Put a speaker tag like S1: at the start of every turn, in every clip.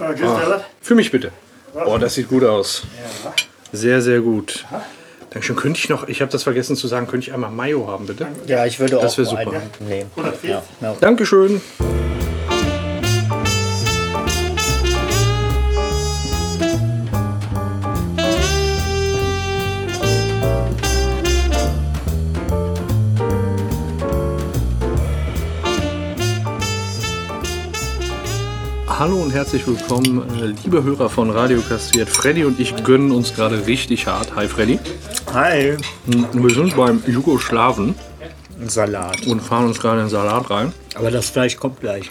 S1: Äh, Grizzly,
S2: Für mich bitte. Oh, das sieht gut aus. Sehr, sehr gut. Dankeschön. Könnte ich noch, ich habe das vergessen zu sagen, könnte ich einmal Mayo haben, bitte?
S3: Ja, ich würde
S2: Das
S3: auch
S2: wär
S3: nur
S2: super.
S3: einen nehmen.
S1: 140.
S3: Ja, ja.
S2: Dankeschön. Hallo und herzlich willkommen, äh, liebe Hörer von Radio Kastriert. Freddy und ich gönnen uns gerade richtig hart. Hi Freddy. Hm,
S3: Hi.
S2: Wir sind beim Jugoslawen
S3: Ein Salat.
S2: und fahren uns gerade einen Salat rein.
S3: Aber das Fleisch kommt gleich.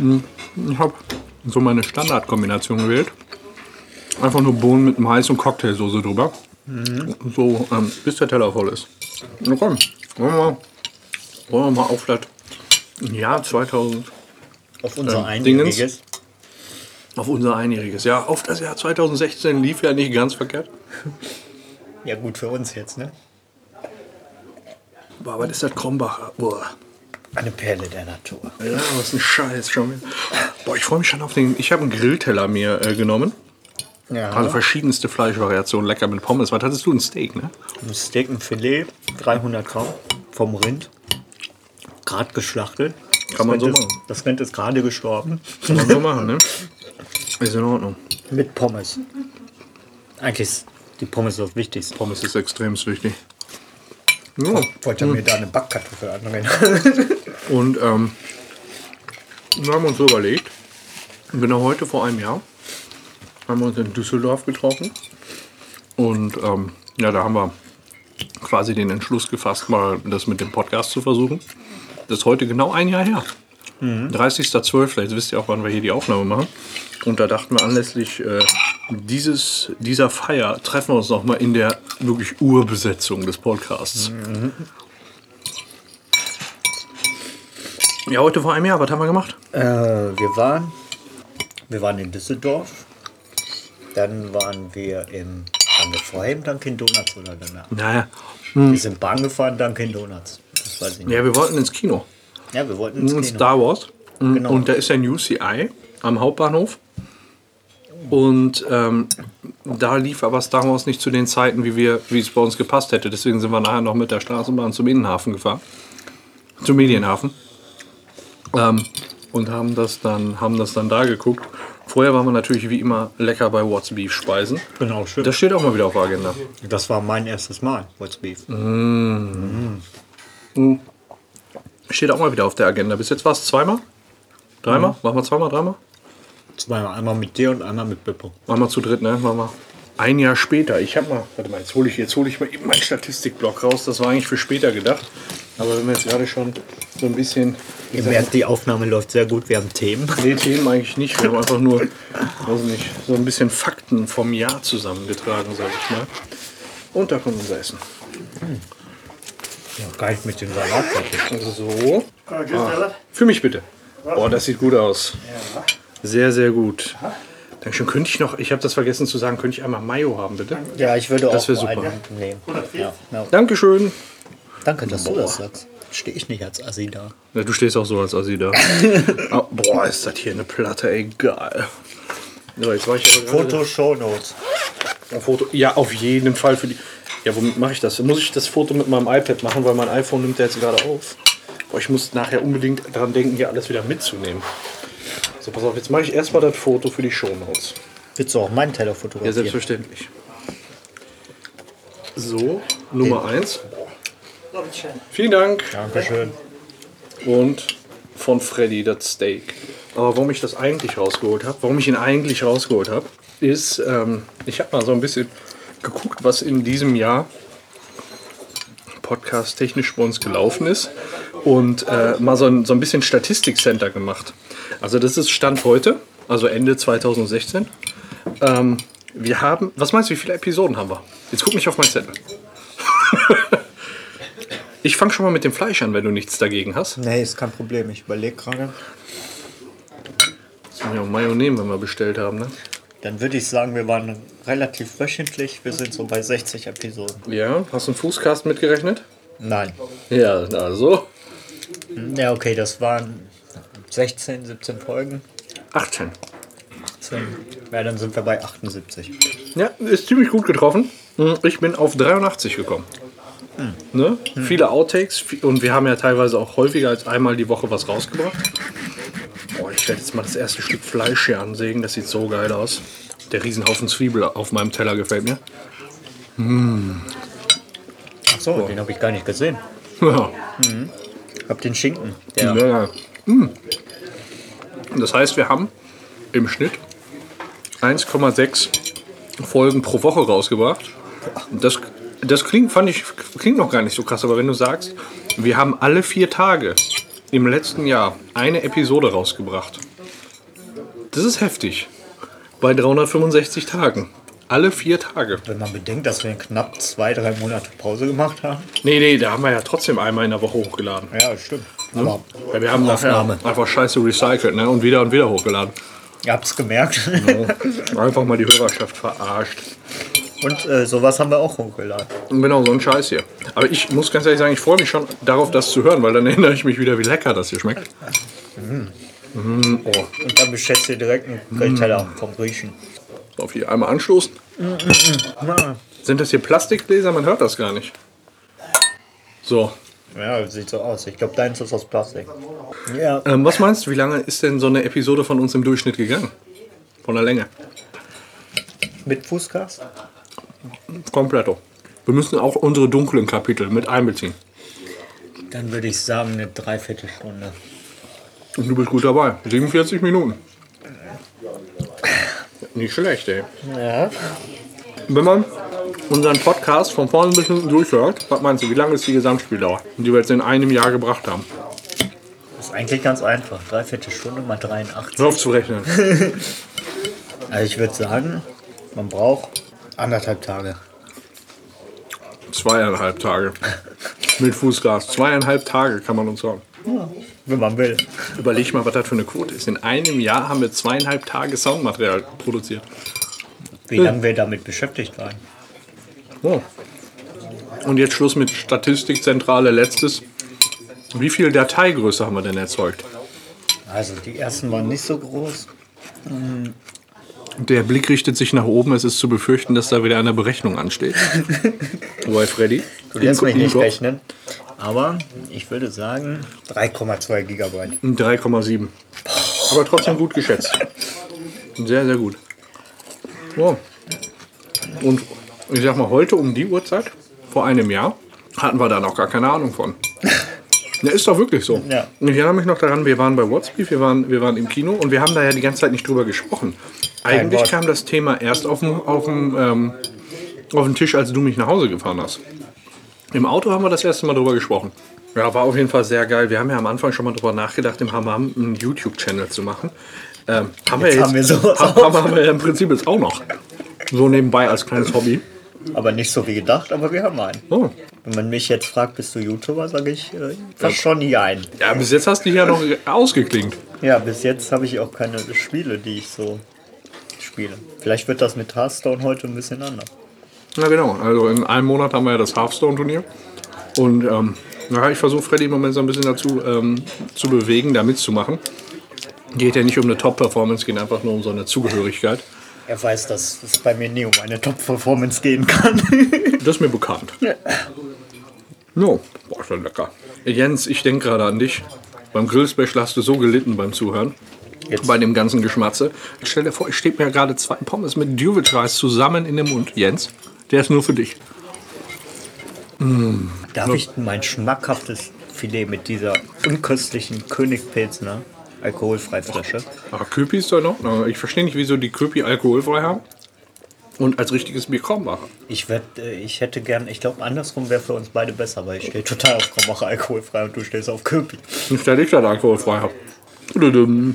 S3: ne?
S2: Ich habe so meine Standardkombination gewählt. Einfach nur Bohnen mit einem heißen Cocktailsoße drüber. So, ähm, bis der Teller voll ist. Na komm, wollen wir mal, wollen wir mal auf das Jahr 2000,
S3: Auf unser
S2: Ähm,
S3: einjähriges.
S2: auf unser einjähriges Jahr, auf das Jahr 2016 lief ja nicht ganz verkehrt.
S3: Ja, gut für uns jetzt, ne?
S2: Boah, was ist das Krombacher? Boah.
S3: Eine Perle der Natur.
S2: Ja, was ein Scheiß schon wieder. Boah, ich freue mich schon auf den. Ich habe einen Grillteller mir äh, genommen.
S3: Ja.
S2: Also verschiedenste Fleischvariationen, lecker mit Pommes. Was hattest du? Ein Steak, ne?
S3: Ein Steak, ein Filet, 300 Gramm vom Rind. Gerade geschlachtet.
S2: Kann man
S3: das Rind
S2: so
S3: ist,
S2: machen.
S3: Das Rind ist gerade gestorben.
S2: Kann man so machen, ne? Ist in Ordnung.
S3: Mit Pommes. Eigentlich ist die Pommes das Wichtigste.
S2: Pommes ist extrem wichtig. Ja,
S3: Wollte
S2: Hm.
S3: mir da eine Backkartoffel anrennen.
S2: und ähm, wir haben uns so überlegt, genau heute vor einem Jahr haben wir uns in Düsseldorf getroffen und ähm, ja, da haben wir quasi den Entschluss gefasst, mal das mit dem Podcast zu versuchen. Das ist heute genau ein Jahr her. 30.12. Jetzt wisst ihr auch, wann wir hier die Aufnahme machen. Und da dachten wir anlässlich äh, dieses, dieser Feier treffen wir uns nochmal in der wirklich Urbesetzung des Podcasts. Ja, heute vor einem Jahr, was haben wir gemacht?
S3: Äh, wir, waren, wir waren in Düsseldorf. Dann waren wir im. Waren wir vorher im Dunkin' Donuts oder danach?
S2: Naja,
S3: Wir sind Bahn gefahren, Dunkin' Donuts. Das weiß ich nicht.
S2: ja, wir wollten ins Kino.
S3: Ja, Hm, wir wollten ins
S2: Und
S3: Kino.
S2: Star Wars. Und-
S3: Genau.
S2: Und da ist ein UCI am Hauptbahnhof. Und ähm, da lief aber Star Wars nicht zu den Zeiten, wie wir- wie es bei uns gepasst hätte. Deswegen sind wir nachher noch mit der Straßenbahn zum Innenhafen gefahren. Zum Medienhafen. Ähm, und haben das, dann, haben das dann da geguckt. Vorher waren wir natürlich wie immer lecker bei What's Beef Speisen.
S3: Genau, schön.
S2: Das steht auch mal wieder auf der Agenda.
S3: Das war mein erstes Mal, What's Beef.
S2: Steht auch mal wieder auf der Agenda. Bis jetzt war es zweimal? Dreimal?
S3: Mhm.
S2: Machen wir zweimal, dreimal?
S3: Zweimal, einmal mit dir und einmal mit Beppo.
S2: Waren wir zu dritt, ne? Waren wir. Ein Jahr später. Ich habe mal. Warte mal, jetzt hole ich, jetzt hol ich mal eben meinen Statistikblock raus. Das war eigentlich für später gedacht. Aber wenn wir jetzt gerade schon so ein bisschen.
S3: Ihr merkt, die Aufnahme läuft sehr gut, wir haben Themen.
S2: Nee, Themen eigentlich nicht. Wir haben einfach nur, weiß nicht, so ein bisschen Fakten vom Jahr zusammengetragen, sag ich mal. Und da kommt unser Essen.
S3: Ja, gar nicht mit dem Salat fertig.
S2: Also so.
S1: Äh, Grizzly,
S2: Für mich bitte. Boah, das sieht gut aus. Sehr, sehr gut. Dankeschön. Könnte ich noch, ich habe das vergessen zu sagen, könnte ich einmal Mayo haben, bitte?
S3: Ja, ich würde
S2: Das
S3: auch
S2: wär
S3: nur
S2: super.
S3: einen nehmen.
S1: 140.
S3: Ja, ja.
S2: Dankeschön.
S3: Danke, dass du das sagst. Stehe ich nicht als Assi da.
S2: Ja, du stehst auch so als Assi da. ah, boah, ist das hier eine Platte, ey, geil. So, jetzt war ich aber gerade-
S3: Foto Shownotes.
S2: Ein Foto. Ja, auf jeden Fall für die. Ja, womit mache ich das? Muss ich das Foto mit meinem iPad machen, weil mein iPhone nimmt ja jetzt gerade auf. Boah, ich muss nachher unbedingt daran denken, hier alles wieder mitzunehmen. So, pass auf, jetzt mache ich erstmal das Foto für die Shownotes.
S3: Willst du auch meinen Teller fotografieren?
S2: selbstverständlich. So, Nummer 1.
S1: Dankeschön.
S2: Vielen Dank.
S3: Dankeschön.
S2: und von Freddy das Steak. Aber warum ich das eigentlich rausgeholt habe, warum ich ihn eigentlich rausgeholt habe, ist, ähm, ich habe mal so ein bisschen geguckt, was in diesem Jahr podcast technisch bei uns gelaufen ist und äh, mal so ein, so ein bisschen Statistikcenter gemacht. Also das ist Stand heute, also Ende 2016. Ähm, wir haben, was meinst du, wie viele Episoden haben wir? Jetzt guck nicht auf mein Zettel. ich fange schon mal mit dem Fleisch an, wenn du nichts dagegen hast.
S3: Nee, ist kein Problem. Ich überlege gerade.
S2: Können wir auch Mayo nehmen, wenn wir bestellt haben, ne?
S3: Dann würde ich sagen, wir waren relativ wöchentlich. Wir sind so bei 60 Episoden.
S2: Ja, hast du einen Fußkasten mitgerechnet?
S3: Nein.
S2: Ja, also.
S3: Ja, okay, das waren 16, 17 Folgen.
S2: 18.
S3: 14. Ja, dann sind wir bei 78.
S2: Ja, ist ziemlich gut getroffen. Ich bin auf 83 gekommen. Ne? Viele Outtakes vi- und wir haben ja teilweise auch häufiger als einmal die Woche was rausgebracht. Boah, ich werde jetzt mal das erste Stück Fleisch hier ansägen. Das sieht so geil aus. Der Riesenhaufen Zwiebel auf meinem Teller gefällt mir.
S3: Ach so, den habe ich gar nicht gesehen.
S2: Ja,
S3: Hab den Schinken. Ne.
S2: ja.
S3: Der
S2: ja. Mm. Das heißt, wir haben im Schnitt 1,6 Folgen pro Woche rausgebracht. Das, das klingt, fand ich, klingt noch gar nicht so krass, aber wenn du sagst, wir haben alle vier Tage im letzten Jahr eine Episode rausgebracht. Das ist heftig. Bei 365 Tagen. Alle vier Tage.
S3: Wenn man bedenkt, dass wir knapp zwei, drei Monate Pause gemacht haben.
S2: Nee, nee, da haben wir ja trotzdem einmal in der Woche hochgeladen.
S3: Ja, stimmt. Aber
S2: Ja, wir haben
S3: Aufnahme.
S2: Einfach, einfach scheiße recycelt ne? und wieder und wieder hochgeladen.
S3: ihr habt's gemerkt.
S2: Einfach mal die Hörerschaft verarscht.
S3: Und äh, sowas haben wir auch hochgeladen.
S2: Genau, so ein Scheiß hier. Aber ich muss ganz ehrlich sagen, ich freue mich schon darauf, das zu hören, weil dann erinnere ich mich wieder, wie lecker das hier schmeckt. Mm, oh.
S3: Und dann beschätzt ihr direkt einen Teller vom Griechen.
S2: Auf hier einmal anstoßen.
S3: Ja,
S2: Sind das hier Plastikgläser? Man hört das gar nicht. So.
S3: Ja, sieht so aus. Ich glaube, deins ist aus Plastik. Ja,
S2: Ähm, was meinst du, wie lange ist denn so eine Episode von uns im Durchschnitt gegangen? Von der Länge.
S3: mit Fußgas.
S2: Kompletto. Wir müssen auch unsere dunklen Kapitel mit einbeziehen.
S3: Dann würde ich sagen, eine Dreiviertelstunde.
S2: Und du bist gut dabei. 47 Minuten. Nicht schlecht, ey.
S3: Ja.
S2: Wenn man unseren Podcast von vorne bis hinten durchhört, was meinst du, wie lange ist die Gesamtspieldauer, die wir jetzt in einem Jahr gebracht haben?
S3: Ist eigentlich ganz einfach. Dreiviertelstunde mal 83.
S2: Hör auf zu rechnen.
S3: Also ich würde sagen, man braucht anderthalb Tage.
S2: Zweieinhalb Tage. Mit Fußgas. Zweieinhalb Tage kann man uns sagen.
S3: Wenn man will.
S2: Überleg mal, was das für eine Quote ist. In einem Jahr haben wir zweieinhalb Tage Soundmaterial produziert.
S3: Wie lange wir damit beschäftigt waren.
S2: Oh. Und jetzt Schluss mit Statistikzentrale. Letztes. Wie viel Dateigröße haben wir denn erzeugt?
S3: Also die ersten waren nicht so groß.
S2: Der Blick richtet sich nach oben. Es ist zu befürchten, dass da wieder eine Berechnung ansteht. Wobei, Freddy?
S3: Du lässt mich
S2: im
S3: nicht
S2: Kopf-
S3: rechnen. Aber ich würde sagen 3,2 Gigabyte.
S2: 3,7. Aber trotzdem gut geschätzt. Sehr, sehr gut. So. Und ich sag mal, heute um die Uhrzeit, vor einem Jahr, hatten wir da noch gar keine Ahnung von. Ja, ist doch wirklich so.
S3: Ja.
S2: Und ich erinnere mich noch daran, wir waren bei WhatsApp, wir waren, wir waren im Kino und wir haben da ja die ganze Zeit nicht drüber gesprochen. Eigentlich
S3: Wort.
S2: kam das Thema erst auf dem, auf, dem, ähm, auf den Tisch, als du mich nach Hause gefahren hast. Im Auto haben wir das erste Mal drüber gesprochen. Ja, war auf jeden Fall sehr geil. Wir haben ja am Anfang schon mal drüber nachgedacht, im Hamam einen YouTube-Channel zu machen. Ähm, haben wir jetzt
S3: haben wir sowas
S2: haben, haben, haben wir ja im Prinzip jetzt auch noch. So nebenbei als kleines Hobby. Oh.
S3: Aber nicht so wie gedacht, aber wir haben einen.
S2: So.
S3: Wenn man mich jetzt fragt, bist du YouTuber, sage ich äh, fast schon nie ein.
S2: Ja, bis jetzt hast du dich ja noch ausgeklingt.
S3: Ja, bis jetzt habe ich auch keine Spiele, die ich so spiele. Vielleicht wird das mit Hearthstone heute ein bisschen anders.
S2: Ja, genau. Also in einem Monat haben wir ja das Hearthstone-Turnier. Und ähm, ja, ich versuche Freddy im Moment so ein bisschen dazu ähm, zu bewegen, da mitzumachen. Geht ja nicht um eine Top-Performance, geht einfach nur um so eine Zugehörigkeit.
S3: Er weiß, dass es bei mir nie um eine Top-Performance gehen kann.
S2: Das ist mir bekannt. No, boah, ist das lecker. Jens, ich denke gerade an dich. Beim Grillspecial hast du so gelitten beim Zuhören.
S3: Jetzt.
S2: Bei dem ganzen Geschmatze. Stell dir vor, ich stehe mir gerade zwei Pommes mit Düvelschweiß zusammen in den Mund. Jens, der ist nur für dich.
S3: Darf ich mein schmackhaftes Filet mit dieser ne? unköstlichen Königpilzner Alkoholfreiflasche?
S2: Aber Ah, Köpi ist doch in Ordnung. Ich verstehe nicht, wieso die Köpi alkoholfrei haben und als richtiges Bier kaum machen.
S3: Ich, werd, äh, ich hätte gern, ich glaube, andersrum wäre für uns beide besser, weil ich stehe total auf Krommacher alkoholfrei und du stehst auf Köpi.
S2: Nicht, dass ich das alkoholfrei habe. Tududum.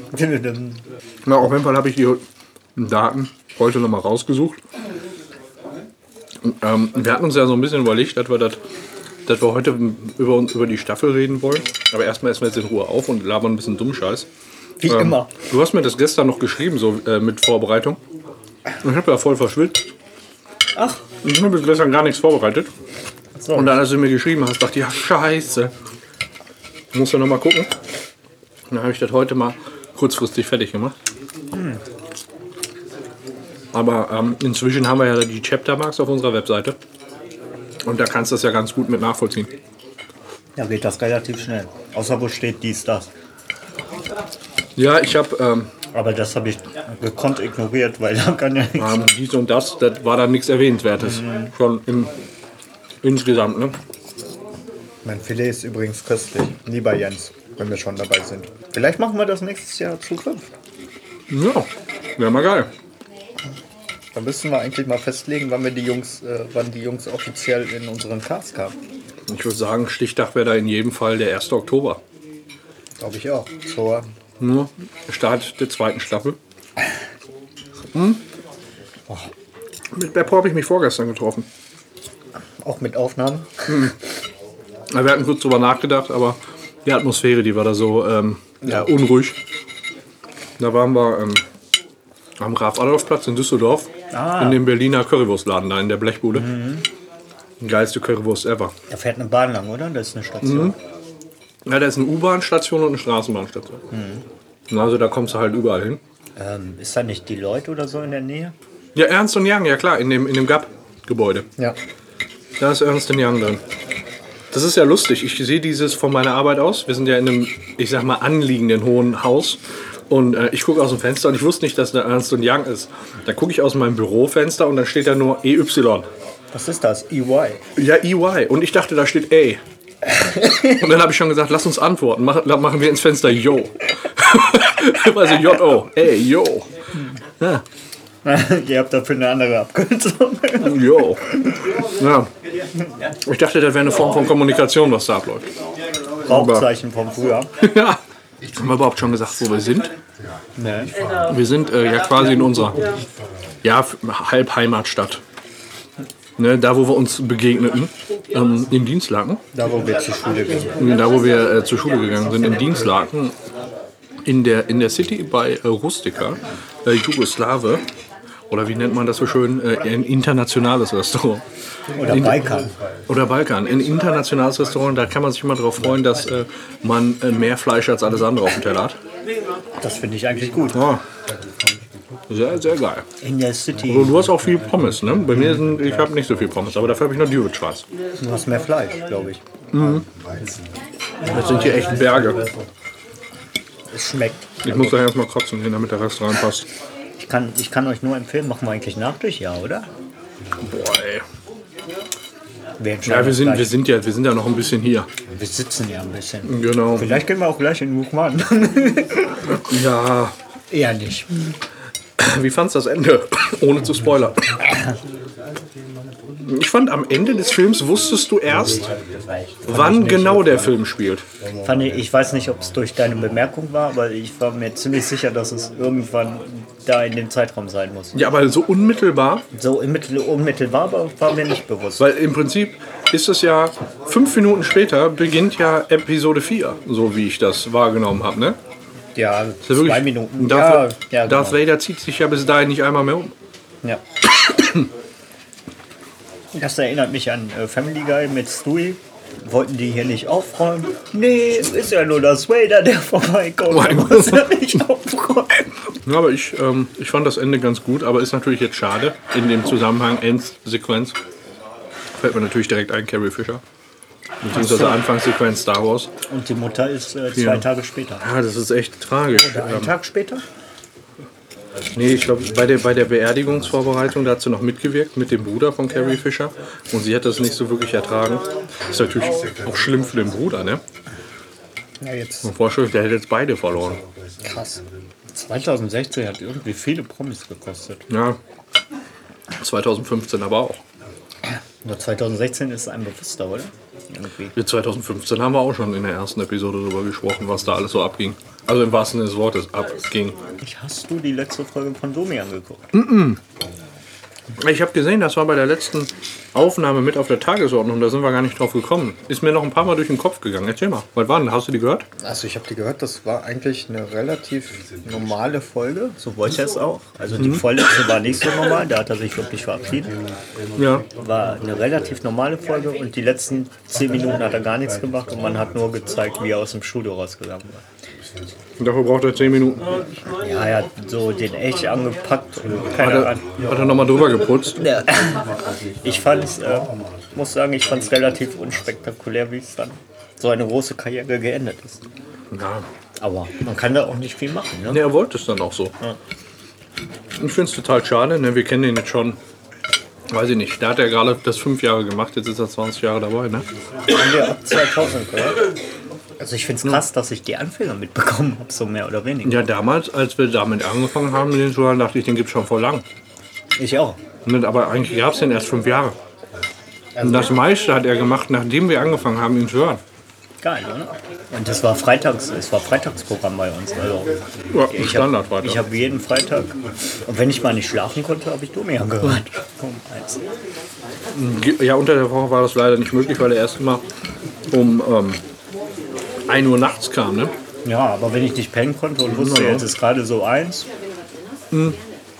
S2: Na, auf jeden Fall habe ich die Daten heute nochmal rausgesucht. Ähm, wir hatten uns ja so ein bisschen überlegt, dass wir, das, dass wir heute über, über die Staffel reden wollen. Aber erstmal essen wir jetzt in Ruhe auf und labern ein bisschen Dummscheiß.
S3: Wie
S2: Ähm,
S3: immer.
S2: Du hast mir das gestern noch geschrieben, so äh, mit Vorbereitung. Ich habe ja voll verschwitzt.
S3: Ach,
S2: Ich habe gestern gar nichts vorbereitet.
S3: so.
S2: Und dann, als du mir geschrieben hast, dachte ich, ja, scheiße. Muss ja noch mal gucken. Dann habe ich das heute mal kurzfristig fertig gemacht. Aber ähm, inzwischen haben wir ja die Chaptermarks auf unserer Webseite. Und da kannst du das ja ganz gut mit nachvollziehen.
S3: Da geht das relativ schnell. Außer wo steht dies, das.
S2: Ja, ich habe ähm,
S3: Aber das habe ich gekonnt ignoriert, weil da kann ja nichts.
S2: ähm, dies und das, das war dann nichts Erwähnenswertes. Schon im, insgesamt, ne?
S3: Mein Filet ist übrigens köstlich. Lieber Jens, wenn wir schon dabei sind. Vielleicht machen wir das nächstes Jahr zu fünf.
S2: Ja, wäre mal geil.
S3: Dann müssen wir eigentlich mal festlegen, wann wir die Jungs, äh, wann die Jungs offiziell in unseren Cast kamen.
S2: Ich würde sagen, Stichtag wäre da in jedem Fall der 1. Oktober.
S3: Glaube ich auch. Zur
S2: Nur Start der zweiten Staffel. Hm? Mit Beppo habe ich mich vorgestern getroffen.
S3: auch mit Aufnahmen.
S2: Na, Wir hatten kurz drüber nachgedacht, aber die Atmosphäre, die war da so ähm, ja, unruhig. Da waren wir ähm, am Graf-Adolf-Platz in Düsseldorf,
S3: Ah.
S2: in dem Berliner Currywurstladen da, in der Blechbude. Die geilste Currywurst ever.
S3: Da fährt eine Bahn lang, oder? Das ist eine Station.
S2: Ja, da ist eine U-Bahn-Station und eine Straßenbahnstation. Und Also da kommst du halt überall hin.
S3: Ähm, ist da nicht die Leute oder so in der Nähe?
S2: Ja, Ernst und Young, ja klar, in dem, in dem GAP-Gebäude.
S3: Ja.
S2: Da ist Ernst Young drin. Das ist ja lustig. Ich sehe dieses von meiner Arbeit aus. Wir sind ja in einem, ich sag mal, anliegenden hohen Haus. Und äh, ich gucke aus dem Fenster und ich wusste nicht, dass da Ernst Young ist. Da gucke ich aus meinem Bürofenster und dann steht da nur EY.
S3: Was ist das? E EY.
S2: Ja, EY. Und ich dachte, da steht A. Und dann habe ich schon gesagt, lass uns antworten. Mach, dann machen wir ins Fenster Yo. also J-O. Ey, Yo. Ja,
S3: Ihr habt dafür eine andere Abkürzung.
S2: Yo. Ja. Ich dachte, das wäre eine Form von Kommunikation, was da abläuft.
S3: Rauchzeichen vom früher.
S2: Ja. Haben wir überhaupt schon gesagt, wo wir sind?
S3: Nee.
S2: Wir sind äh, ja quasi in unserer ja, f- Halbheimatstadt. Ne, da, wo wir uns begegneten, ähm, in Dienstlaken.
S3: Da, wo wir zur Schule gehen.
S2: Da, wo wir äh, zur Schule gegangen sind, in Dienstlaken. In der, in der City bei äh, Rustica, äh, Jugoslawe. Oder wie nennt man das so schön? Äh, ein internationales Restaurant.
S3: Oder Balkan.
S2: Oder Balkan. Ein internationales Restaurant, da kann man sich immer darauf freuen, dass äh, man äh, mehr Fleisch als alles andere auf dem Teller hat.
S3: Das finde ich eigentlich gut.
S2: Ja. Sehr, sehr geil.
S3: In der City.
S2: Also du hast auch viel Pommes, ne? Bei mir sind, ich habe nicht so viel Pommes, aber dafür habe ich noch Dürretschwarz.
S3: Du hast mehr Fleisch, glaube ich.
S2: Das sind hier echt Berge.
S3: Es schmeckt.
S2: Ich muss da erstmal kotzen hin, damit der Rest reinpasst.
S3: Ich kann, ich kann euch nur empfehlen, machen wir eigentlich nach durch, ja, oder?
S2: Boah, ey.
S3: Wir
S2: Ja,
S3: entscheiden
S2: wir sind,
S3: gleich.
S2: wir sind ja, wir sind ja noch ein bisschen hier.
S3: wir sitzen ja ein bisschen.
S2: Genau.
S3: Vielleicht gehen wir auch gleich in Buchmann.
S2: Ja.
S3: Eher nicht.
S2: Wie fandst du das Ende? Ohne zu spoilern. Ich fand, am Ende des Films wusstest du erst, wann genau der Film spielt.
S3: Fanny, ich weiß nicht, ob es durch deine Bemerkung war, aber ich war mir ziemlich sicher, dass es irgendwann da in dem Zeitraum sein muss.
S2: Ja, aber so unmittelbar
S3: So im Mittel, unmittelbar aber war mir nicht bewusst.
S2: Weil im Prinzip ist es ja, fünf Minuten später beginnt ja Episode 4, so wie ich das wahrgenommen habe. Ne?
S3: Ja,
S2: Ist ja
S3: zwei
S2: wirklich-
S3: Minuten.
S2: Darth,
S3: ja, ja,
S2: Darth
S3: genau.
S2: Vader zieht sich ja bis dahin nicht einmal mehr um.
S3: ja. Das erinnert mich an äh, Family Guy mit Stewie. Wollten die hier nicht aufräumen? Nee, es ist ja nur das Vader, der vorbeikommt.
S2: Mein
S3: Man muss ja nicht aufräumen.
S2: Ja, aber ich, ähm, ich fand das Ende ganz gut, aber ist natürlich jetzt schade in dem Zusammenhang Endsequenz. Fällt mir natürlich direkt ein, Carrie Fisher. Beziehungsweise Anfangssequenz Star Wars.
S3: Und die Mutter ist äh, zwei
S2: Ja.
S3: Tage später.
S2: Ja, Ah, das ist echt tragisch.
S3: Oder einen
S2: Ähm,
S3: Tag später?
S2: Nee, ich glaube, bei der, bei der Beerdigungsvorbereitung, da hat sie noch mitgewirkt mit dem Bruder von Carrie Fisher. Und sie hat das nicht so wirklich ertragen. Ist natürlich auch schlimm für den Bruder, ne?
S3: Ja, jetzt
S2: Man vorstellt, der hätte jetzt beide verloren.
S3: Krass. 2016 hat irgendwie viele Promis gekostet.
S2: Ja. 2015 aber auch.
S3: Nur 2016 ist einem bewusster, oder? Irgendwie.
S2: Wir 2015 haben wir auch schon in der ersten Episode darüber gesprochen, was da alles so abging. Also im wahrsten Sinne des Wortes abging.
S3: Ich hast du die letzte Folge von Domi angeguckt.
S2: Ich habe gesehen, das war bei der letzten Aufnahme mit auf der Tagesordnung. Da sind wir gar nicht drauf gekommen. Ist mir noch ein paar Mal durch den Kopf gegangen. Erzähl mal, was war denn? Hast du die gehört?
S4: Also ich habe die gehört, das war eigentlich eine relativ normale Folge.
S3: So wollte er es auch. Also die vorletzte war nicht so normal, da hat er sich wirklich verabschiedet.
S2: Ja.
S3: War eine relativ normale Folge und die letzten 10 Minuten hat er gar nichts gemacht und man hat nur gezeigt, wie er aus dem Studio rausgegangen war.
S2: Und dafür braucht er 10 Minuten. Hat
S3: Ja, er hat so den Elch angepackt und keine
S2: er,
S3: Ahnung.
S2: hat er nochmal drüber geputzt.
S3: Ja. Ich fand es, äh, muss sagen, ich fand es relativ unspektakulär, wie es dann so eine große Karriere geendet ist.
S2: Ja.
S3: Aber man kann da auch nicht viel machen, ne?
S2: Ne, er wollte es dann auch so. Ich finde es total schade, ne? wir kennen ihn jetzt schon, weiß ich nicht, da hat er gerade das 5 Jahre gemacht, jetzt ist er 20 Jahre dabei. Ne?
S3: Haben wir ab 2000, oder? Also ich finde es krass, dass ich die Anfänger mitbekommen habe, so mehr oder weniger.
S2: Ja, damals, als wir damit angefangen haben, den zu hören, dachte ich, den gibt es schon vor lang.
S3: Ich auch.
S2: Ne, Aber eigentlich gab es den erst 5 Jahre. Und das meiste hat er gemacht, nachdem wir angefangen haben, ihn zu hören.
S3: Geil, oder? Und das war freitags, es war Freitagsprogramm bei uns. Also
S2: Ja,
S3: ich
S2: Standard
S3: habe
S2: weiter.
S3: hab jeden Freitag, und wenn ich mal nicht schlafen konnte, habe ich Domian gehört. Um eins.
S2: Ja, unter der Woche war das leider nicht möglich, weil er erst immer um ähm, 1 Uhr nachts kam. Ne?
S3: Ja, aber wenn ich nicht pennen konnte und wusste, jetzt ist gerade so eins,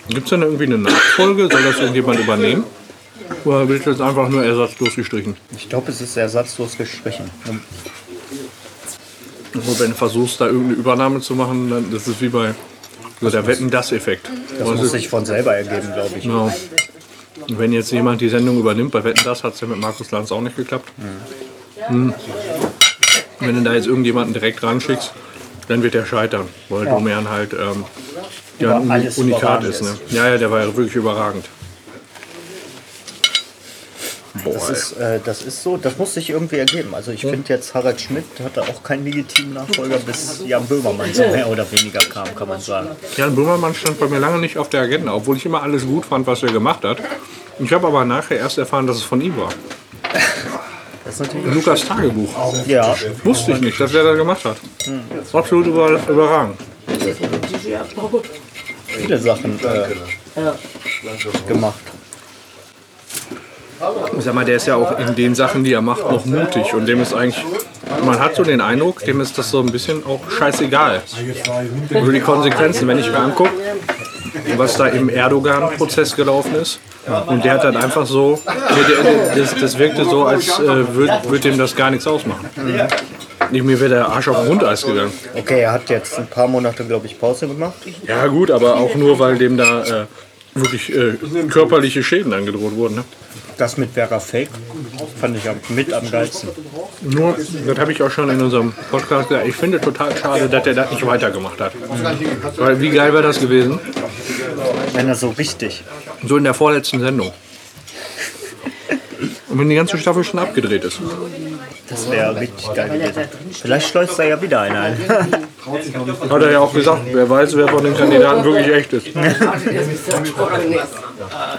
S2: Gibt es denn irgendwie eine Nachfolge? Soll das irgendjemand übernehmen? Oder wird jetzt einfach nur ersatzlos gestrichen?
S3: ich glaube, es ist ersatzlos gestrichen.
S2: Obwohl, wenn du versuchst, da irgendeine Übernahme zu machen, dann das ist wie bei so der Wetten-Das-Effekt.
S3: Das
S2: Weißt du?
S3: muss sich von selber ergeben, glaube ich.
S2: Genau. Und Wenn jetzt jemand die Sendung übernimmt, bei Wetten das hat es ja mit Markus Lanz auch nicht geklappt.
S3: Mhm.
S2: Hm. Wenn du da jetzt irgendjemanden direkt ranschickst, dann wird er scheitern, weil Domian halt ähm, ja,
S3: Über
S2: ein
S3: alles
S2: Unikat
S3: überragend
S2: ist. Ne?
S3: ist.
S2: Ja, ja, der war ja wirklich überragend. Boah,
S3: Das
S2: ey.
S3: ist, äh, das ist so, das muss sich irgendwie ergeben. Also ich finde jetzt, Harald Schmidt hatte auch keinen legitimen Nachfolger, bis Jan Böhmermann so mehr oder weniger kam, kann man sagen.
S2: Jan Böhmermann stand bei mir lange nicht auf der Agenda, obwohl ich immer alles gut fand, was er gemacht hat. Ich habe aber nachher erst erfahren, dass es von ihm war.
S3: Das ist natürlich
S2: Lukas Tagebuch.
S3: ja,
S2: Wusste ich nicht, dass er das gemacht hat. Absolut über, überragend.
S3: viele Sachen äh, gemacht.
S2: Ich sag mal, der ist ja auch in den Sachen, die er macht, noch mutig. Und dem ist eigentlich, man hat so den Eindruck, dem ist das so ein bisschen auch scheißegal. Also die Konsequenzen, wenn ich mir angucke, was da im Erdogan-Prozess gelaufen ist. Und der hat dann einfach so, der, der, das, das wirkte so, als äh, würde würd dem das gar nichts ausmachen. Nicht, mir wäre der Arsch auf den Grundeis gegangen.
S3: Okay, er hat jetzt ein paar Monate, glaube ich, Pause gemacht.
S2: Ja gut, aber auch nur, weil dem da äh, wirklich äh, körperliche Schäden angedroht wurden. Ne?
S3: Das mit Vera Fake fand ich am, mit am geilsten.
S2: Nur, das habe ich auch schon in unserem Podcast gesagt, ich finde total schade, dass der das nicht weitergemacht hat. Weil wie geil wäre das gewesen?
S3: Wenn er so richtig.
S2: So in der vorletzten Sendung. Und wenn die ganze Staffel schon abgedreht ist.
S3: Das wäre richtig geil gewesen. Vielleicht schleust er ja wieder einer ein.
S2: Hat er ja auch gesagt, wer weiß, wer von den Kandidaten wirklich echt ist.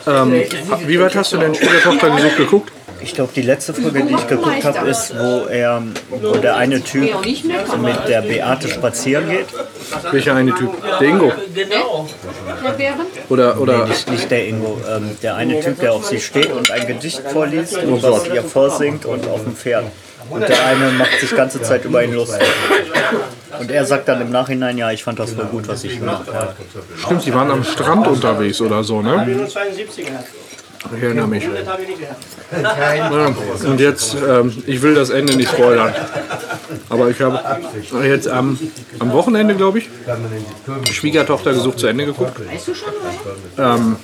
S2: ähm, wie weit hast du denn Schwiegertochter gesucht geguckt?
S3: Ich glaube, die letzte Folge, die ich geguckt habe, ist, wo er, wo der eine Typ mit der Beate spazieren geht.
S2: Welcher eine Typ? Der Ingo. Oder, oder
S3: Nicht, nicht der Ingo, ähm, der eine Typ, der auf sie steht und ein Gedicht vorliest und was ihr vorsingt und auf dem Pferd. Und der eine macht sich ganze Zeit über ihn lustig. Und er sagt dann im Nachhinein, ja, ich fand das voll gut, was ich gemacht habe.
S2: stimmt, die waren am Strand unterwegs oder so, ne?
S1: 72 gehabt.
S2: Ich erinnere mich.
S1: Das habe ich nicht gehabt.
S2: Ja, und jetzt, ähm, ich will das Ende nicht spoilern. Aber ich habe jetzt am, am Wochenende, glaube ich, Schwiegertochter gesucht zu Ende geguckt.
S5: Weißt du schon, oder?
S2: Ähm.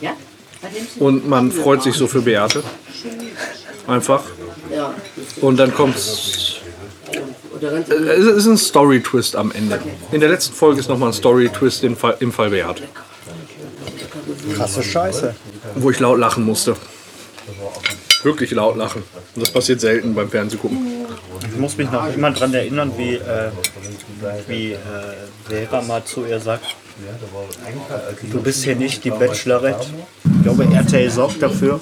S5: Ja? Was nimmst du?
S2: Und man freut sich so für Beate. Einfach.
S5: Ja.
S2: Und dann kommt es.
S5: Oder ganz
S2: Es ist ein Story-Twist am Ende. In der letzten Folge ist nochmal ein Story-Twist im Fall, im Fall Beate,
S3: Krasse Scheiße.
S2: wo ich laut lachen musste. Wirklich laut lachen. Und Das passiert selten beim Fernsehgucken.
S3: Ich muss mich noch immer dran erinnern, wie, äh, wie äh, Vera mal zu ihr sagt, du bist hier nicht die Bachelorette. Ich glaube, RTL sorgt dafür,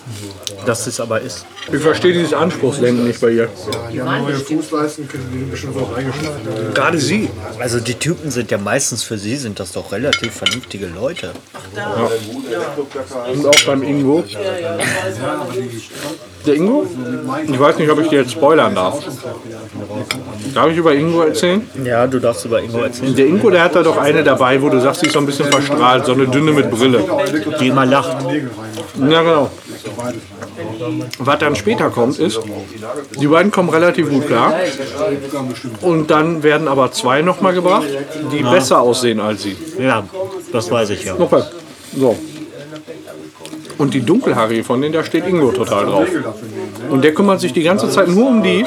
S3: dass es aber ist.
S2: Ich verstehe dieses Anspruchsdenken nicht bei ihr.
S6: Ja, neue Fußleisten können die bestimmt auch eingeschnitten werden.
S2: Gerade sie.
S3: Also die Typen sind ja meistens für sie sind das doch relativ vernünftige Leute.
S2: Und auch beim Ingo. Der Ingo? Ich weiß nicht, ob ich dir jetzt spoilern darf. Darf ich über Ingo erzählen?
S3: Ja, du darfst über Ingo erzählen.
S2: Der Ingo, der hat da doch eine dabei, wo du sagst, die ist so ein bisschen verstrahlt, so eine dünne mit Brille.
S3: Die immer lacht.
S2: Ja, genau. Was dann später kommt, ist, die beiden kommen relativ gut klar. Und dann werden aber zwei nochmal gebracht, die besser aussehen als sie.
S3: Ja, das weiß ich ja.
S2: Okay. So. Und die dunkelhaarige von denen, da steht Ingo total drauf. Und der kümmert sich die ganze Zeit nur um die.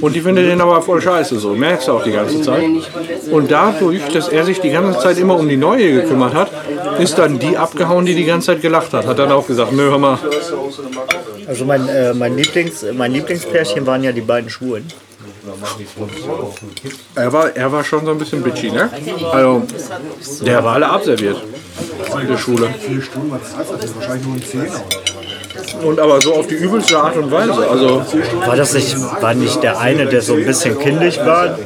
S2: Und die findet den aber voll scheiße, so merkst du auch die ganze Zeit. Und dadurch, dass er sich die ganze Zeit immer um die neue gekümmert hat, ist dann die abgehauen, die die ganze Zeit gelacht hat. Hat dann auch gesagt, nö, hör mal,
S3: Also mein, äh, mein, Lieblings, mein Lieblingspärchen waren ja die beiden Schwulen.
S2: er war, er war schon so ein bisschen bitchy, ne? Also, der war alle abserviert. Der Schule.
S6: Vier Stunden war Zeit, das ist wahrscheinlich nur ein Zehner.
S2: Und aber so auf die übelste Art und Weise. Also,
S3: War das nicht, war nicht der eine, der so ein bisschen kindisch war?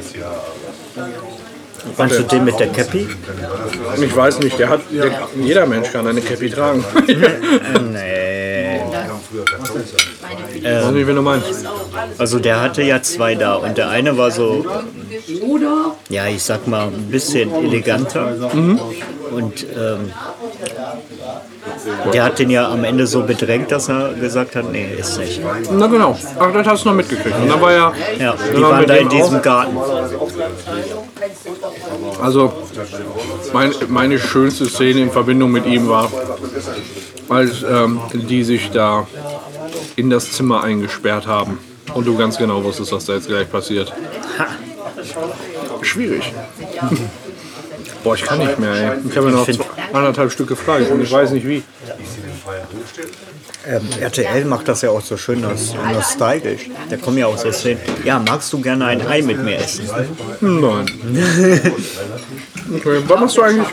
S3: Meinst du den mit der Cappy?
S2: ich weiß nicht, der hat, der, jeder Mensch kann eine Cappy tragen.
S3: Nee.
S2: Weiß nicht, wen du meinst.
S3: Also der hatte ja zwei da und der eine war so, ja ich sag mal, ein bisschen eleganter. Und ähm, der hat den ja am Ende so bedrängt, dass er gesagt hat, nee, ist nicht.
S2: Na genau. Ach, das hast du noch mitgekriegt. Und dann war ja,
S3: Ja,
S2: dann
S3: die
S2: war
S3: waren
S2: mit
S3: da
S2: dem
S3: in diesem Garten.
S2: auch- Also, mein, meine schönste Szene in Verbindung mit ihm war, als ähm, die sich da in das Zimmer eingesperrt haben. Und du ganz genau wusstest, was da jetzt gleich passiert. Schwierig. Boah, ich kann nicht mehr, ey. Ich habe mir noch
S3: find-
S2: zwei- anderthalb Stück gefragt und ich weiß nicht wie.
S4: Ähm, RTL macht das ja auch so schön nos- nostalgisch.
S3: Da kommen ja auch so Szenen. Ja, magst du gerne ein Ei mit mir essen?
S2: Hm, Nein. Okay, was machst du eigentlich?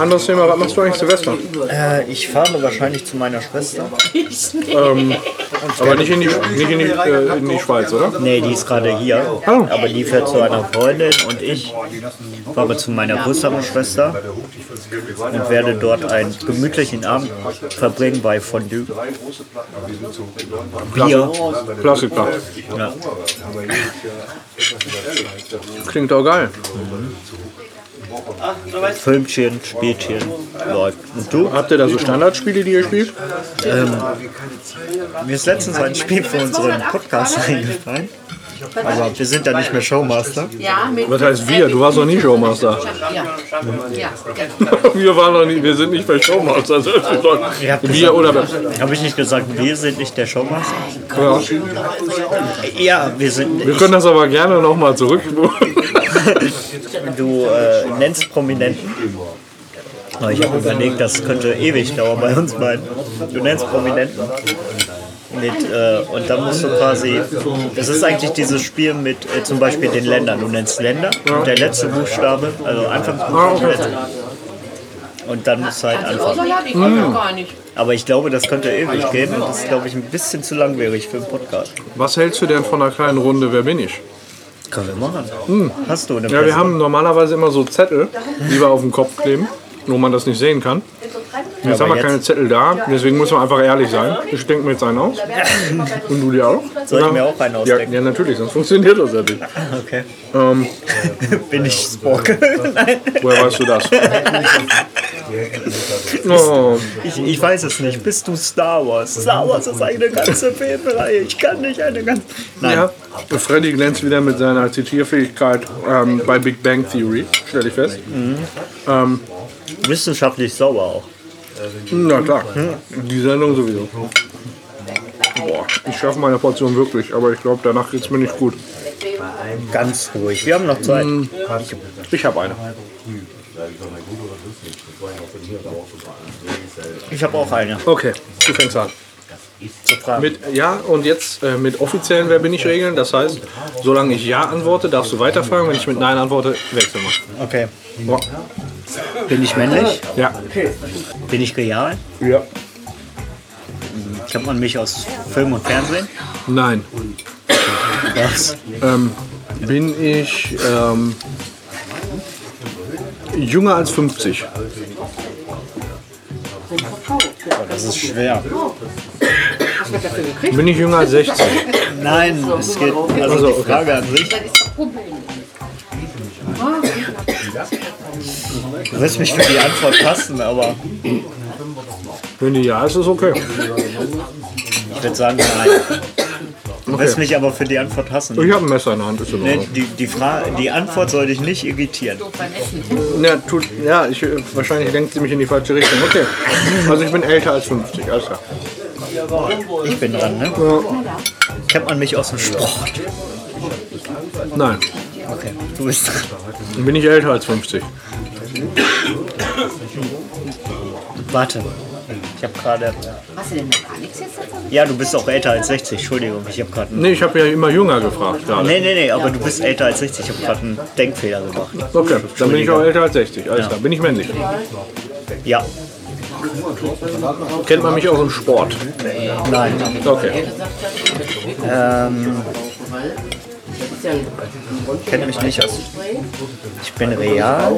S2: Anderes Thema, was machst du eigentlich Silvester?
S3: Äh, ich fahre wahrscheinlich zu meiner Schwester.
S2: Aber nicht in die, nicht in die, äh, in die Schweiz, oder?
S3: Nee, die ist gerade hier. Aber die fährt zu einer Freundin und ich fahre zu meiner größeren Schwester und werde dort einen gemütlichen Abend verbringen bei Fondue. Bier.
S2: Klassiker.
S3: Ja.
S2: Klingt auch geil.
S3: Filmchen, Spielchen, läuft. Und du?
S2: Habt ihr da so Standardspiele, die ihr spielt?
S3: Mir ist letztens ein Spiel für unseren Podcast eingefallen. Aber wir sind da nicht mehr Showmaster.
S5: Ja, mit
S2: Was heißt wir? Du warst noch nie Showmaster.
S5: ja. ja.
S2: Wir waren noch nie, wir sind nicht bei Showmaster. Das ist doch-
S3: Ihr habt
S2: Wir oder
S3: Habe ich nicht gesagt, wir sind nicht der Showmaster?
S2: ja.
S3: Ja, wir sind.
S2: Wir können das aber gerne nochmal zurückspulen.
S3: Du äh, nennst Prominenten. Aber ich habe überlegt, das könnte ewig dauern bei uns beiden. Du nennst Prominenten. Mit, äh, und dann musst du quasi. Das ist eigentlich dieses Spiel mit äh, zum Beispiel den Ländern. Du nennst Länder und der letzte Buchstabe, also Anfangsbuchstabe. der letzte. Und dann musst du halt anfangen.
S5: Ursula,
S2: Mhm.
S5: die kommt doch gar nicht.
S3: Aber ich glaube, das könnte ewig gehen. Und das ist, glaube ich, ein bisschen zu langwierig für einen Podcast.
S2: Was hältst du denn von einer kleinen Runde Wer bin ich?
S3: Können wir machen. Hm. Hast du eine
S2: Ja, wir
S3: Presse?
S2: haben normalerweise immer so Zettel, die wir auf den Kopf kleben, wo man das nicht sehen kann. Jetzt haben wir
S3: jetzt-
S2: keine Zettel da, deswegen müssen wir einfach ehrlich sein. Ich denke mir jetzt einen aus. Und du dir auch?
S3: Soll ich mir auch einen
S2: Ja,
S3: ausdenken?
S2: ja, natürlich, sonst funktioniert das ja nicht.
S3: Okay.
S2: Ähm,
S3: Bin ich Spock? Nein.
S2: woher weißt du das? Oh,
S3: Ich, ich weiß es nicht. Bist du Star Wars? Star Wars ist eine ganze Filmreihe. Ich kann nicht eine ganze. Nein.
S2: ja. Freddy glänzt wieder mit seiner Zitierfähigkeit ähm, bei Big Bang Theory, stelle ich fest.
S3: Wissenschaftlich sauber auch.
S2: Na klar, die Sendung sowieso. Boah, ich schaffe meine Portion wirklich, aber ich glaube, danach geht es mir nicht gut.
S3: Ganz ruhig. Wir haben noch Zeit.
S2: Mm. Ich habe eine.
S3: Ich habe auch eine.
S2: Okay, du fängst an.
S3: Zur Frage.
S2: Mit Ja und jetzt äh, mit offiziellen Wer bin ich Regeln. Das heißt, solange ich Ja antworte, darfst du weiterfragen. Wenn ich mit Nein antworte, wechseln wir.
S3: Okay.
S2: Boah.
S3: Bin ich männlich?
S2: Ja.
S3: Bin ich real?
S2: Ja.
S3: Kennt man mich aus Film und Fernsehen?
S2: Nein.
S3: Was?
S2: Ähm, bin ich ähm, jünger als 50?
S3: Das ist schwer.
S2: Bin ich jünger als 60?
S3: Nein, es geht.
S2: Also,
S3: Also die
S2: okay.
S3: Frage an sich. Du wirst mich für die Antwort passen, aber
S2: Wenn die Ja ist, ist okay.
S3: Ich würde sagen, nein. Du wirst mich aber für die Antwort hassen.
S2: Ich habe ein Messer in der Hand, ist in
S3: Nee,
S2: Ordnung.
S3: die, die, Fra die Antwort soll dich nicht irritieren.
S5: Doof beim Essen.
S2: Ja, tut, ja ich, äh, wahrscheinlich lenkt sie mich in die falsche Richtung. Okay. Also ich bin älter als 50, alles klar.
S3: Ich bin dran, ne? Kennt man mich aus dem Sport?
S2: Nein,
S3: Okay. Du bist dran.
S2: bin ich älter als 50.
S3: Warte. Ich habe gerade.
S5: Hast du denn noch gar nichts jetzt dazu?
S3: Ja, du bist auch älter als 60. Entschuldigung, ich habe gerade. einen-
S2: Nee, ich habe ja immer jünger gefragt gerade.
S3: Nee, nee, nee, aber du bist älter als 60. Ich habe gerade einen Denkfehler gemacht.
S2: Okay, dann bin ich auch älter als 60, alles klar. Bin ich männlich.
S3: Ja.
S2: Kennt man mich aus dem Sport?
S3: Nein.
S2: Okay.
S3: Ähm,
S5: Das ist ja ein
S3: kenne mich nicht aus. Ich bin real.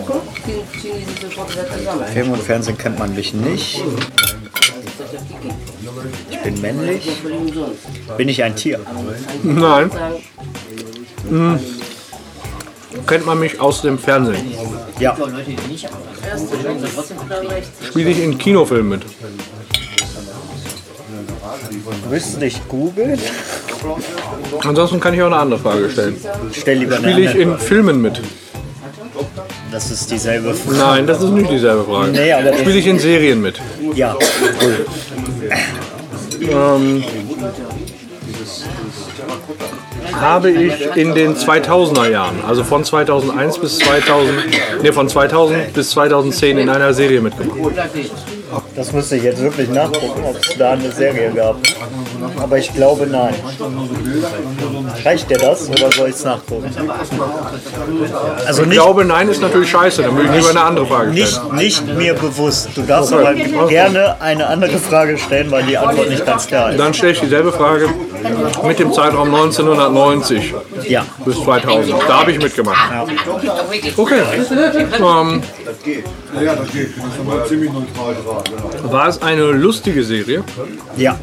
S5: chinesisches Wort, das zusammen.
S3: Film und Fernsehen kennt man mich nicht. Ich bin männlich. Bin ich ein Tier?
S2: Nein.
S3: Hm.
S2: Kennt man mich aus dem Fernsehen?
S3: Ja.
S2: Spiele ich in Kinofilmen mit?
S3: Du willst nicht googeln?
S2: Ansonsten kann ich auch eine andere Frage stellen.
S3: Stell lieber eine
S2: Spiele ich
S3: andere.
S2: in Filmen mit?
S3: Das ist dieselbe Frage.
S2: Nein, das ist nicht dieselbe Frage.
S3: Nee, aber-
S2: Spiele ich in Serien mit?
S3: Ja.
S2: Ähm, habe ich in den 2000er Jahren, also von 2001 bis 2000, nee, von 2000 bis 2010 in einer Serie mitgemacht.
S3: Das müsste ich jetzt wirklich nachgucken, ob es da eine Serie gab. Aber ich glaube nein. Reicht dir das oder soll ich es nachgucken? Also
S2: Ich
S3: nicht,
S2: glaube, nein ist natürlich scheiße, dann würde ich lieber eine andere Frage stellen.
S3: nicht, nicht mir bewusst. Du darfst aber gerne eine andere Frage stellen, weil die Antwort nicht ganz klar ist.
S2: Dann stelle ich dieselbe Frage mit dem Zeitraum 1990
S3: Ja.
S2: bis 2000. Da habe ich mitgemacht. Okay. Ähm,
S6: Ja, das geht. Das ist aber ziemlich neutral gerade. Genau.
S2: war es eine lustige Serie?
S3: Ja.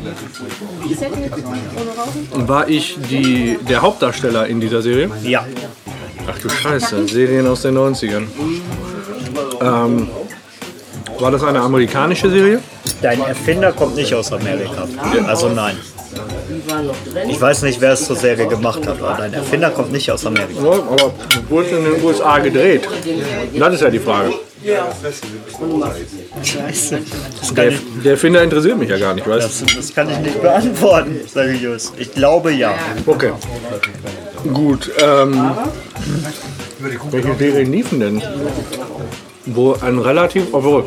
S2: War ich die, der Hauptdarsteller in dieser Serie?
S3: Ja.
S2: Ach du Scheiße, Serien aus den 90ern. Ähm, war das eine amerikanische Serie?
S3: Dein Erfinder kommt nicht aus Amerika. Also nein. Ich weiß nicht, wer es zur Serie gemacht hat, aber dein Erfinder kommt nicht aus Amerika.
S2: Ja, aber wurde in den USA gedreht. Das ist ja die Frage.
S3: Scheiße. Das kann
S2: Der,
S3: ich,
S2: der Finder interessiert mich ja gar nicht, weißt
S3: das, das kann ich nicht beantworten, seriös. Ich glaube ja.
S2: du? Okay. Gut, ähm. Welche Serien liefen denn? Wo ein relativ. Obwohl.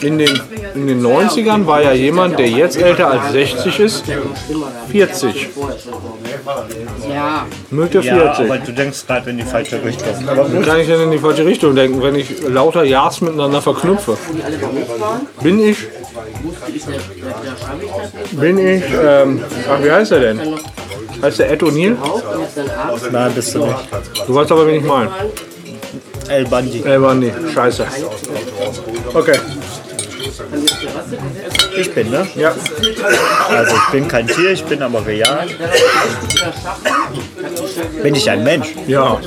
S2: In den, in den 90ern war ja jemand, der jetzt älter als 60 ist, 40.
S5: Ja,
S2: Mitte 40.
S3: Ja, aber du denkst gerade in die falsche Richtung. Aber
S2: Wie
S3: gut.
S2: kann ich denn in die falsche Richtung denken, wenn ich lauter Ja's miteinander verknüpfe? Bin ich, bin ich, ähm, ach, wie heißt er denn? Heißt der Ed O'Neill?
S3: Nein, bist du nicht.
S2: Du weißt aber, wen ich meine.
S3: El Bandi.
S2: Ey, war nicht. Scheiße. Okay,
S3: Ich bin, ne?
S2: ja.
S3: Also ich bin kein Tier, ich bin aber real. Bin ich ein Mensch?
S2: Ja,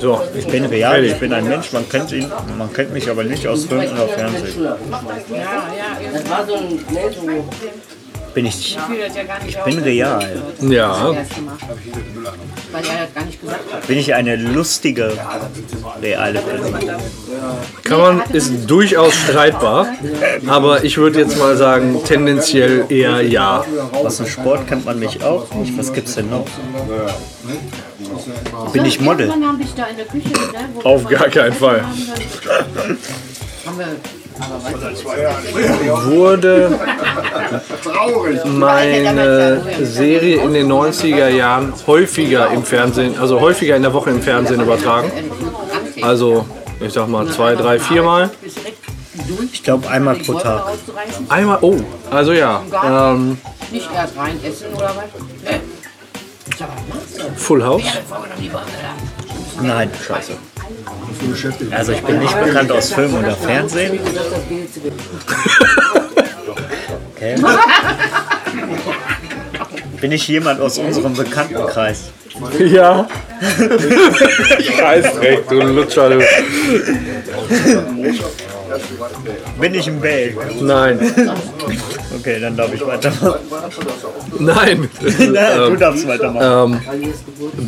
S2: so.
S3: Ich bin real, ich bin ein Mensch. Man kennt, ihn, man kennt mich aber nicht aus Film oder Fernsehen.
S5: das war so ein. Ne, so.
S3: Bin ich. Ich bin real.
S2: Ja,
S5: erst gemacht. Weil er das gar nicht gesagt hat.
S3: Bin ich eine lustige reale Person?
S2: kann man, ist durchaus streitbar, aber ich würde jetzt mal sagen, tendenziell eher ja.
S3: Aus dem Sport kennt man mich auch nicht. Was gibt's denn noch? Bin ich Model?
S7: Irgendwann haben dich da in der Küche, ne, wo
S2: Auf gar keinen Fall.
S5: Haben wir. Aber weißt du,
S2: Wurde
S6: Traurig.
S2: meine Serie in den 90er Jahren häufiger im Fernsehen, also häufiger in der Woche im Fernsehen übertragen.
S5: äh,
S2: Also, ich sag mal, zwei, drei, viermal.
S3: Ich glaube einmal pro Tag.
S5: auszureißen,
S2: Einmal, oh, also ja, ähm,
S5: nicht erst rein essen oder was? Ne,
S2: Full House.
S3: Nein, scheiße. Also ich bin nicht bekannt aus Film oder Fernsehen.
S5: das, das geht jetzt zu gut.
S3: Okay. Bin ich jemand aus unserem Bekanntenkreis?
S2: Ja. Scheißdreck, du Lutscher, du.
S3: Bin ich im Belgien?
S2: Nein,
S3: Okay, dann darf ich weitermachen.
S2: nein.
S3: du darfst weitermachen.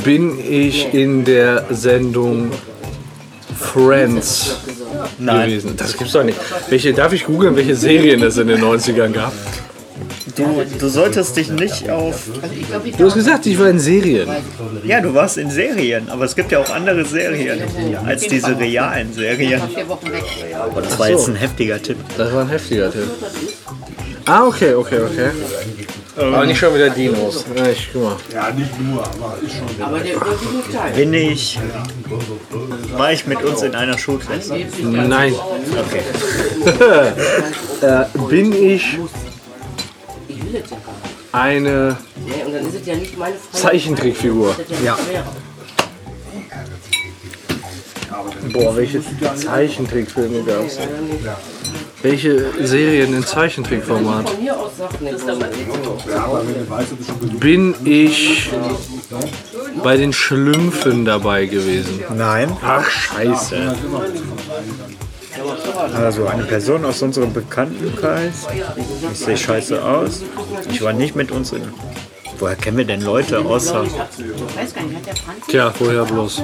S2: Bin ich in der Sendung Friends
S3: Nein,
S2: gewesen? Das gibt's doch nicht. Welche, darf ich googeln, welche Serien es in den 90ern gab?
S3: du, du solltest dich nicht auf.
S2: Du hast gesagt, ich war in Serien.
S3: Ja, du warst in Serien, aber es gibt ja auch andere Serien als diese realen Serien.
S5: vier Wochen weg.
S3: Aber das war jetzt ein heftiger Tipp.
S2: Das war ein heftiger Tipp. Ah, okay, okay, okay. Aber nicht schon wieder Dinos. Ja, ich guck mal.
S6: Ja, nicht nur, aber ist schon.
S5: Aber der überwiegende Teil.
S3: Bin ich. War ich mit uns in einer Schulklasse?
S2: Nein.
S3: Okay.
S2: Äh, bin ich
S5: Ich will jetzt ja gar
S2: eine
S5: nicht. Nee, Und dann ist es ja nicht meine Frage.
S2: Zeichentrickfigur?
S5: Ja.
S2: Boah, welche Zeichentrickfilme gab es? Welche Serien in Zeichentrickformat?
S5: Von mir aus sagt nichts.
S2: Bin ich bei den Schlümpfen dabei gewesen?
S4: Nein,
S2: Ach, scheiße.
S4: also eine Person aus unserem Bekanntenkreis.
S3: Ich sehe scheiße aus. Ich war nicht mit uns in. Woher kennen wir denn Leute außer.
S7: Ich weiß gar nicht, hat der Franz
S2: Tja, woher bloß?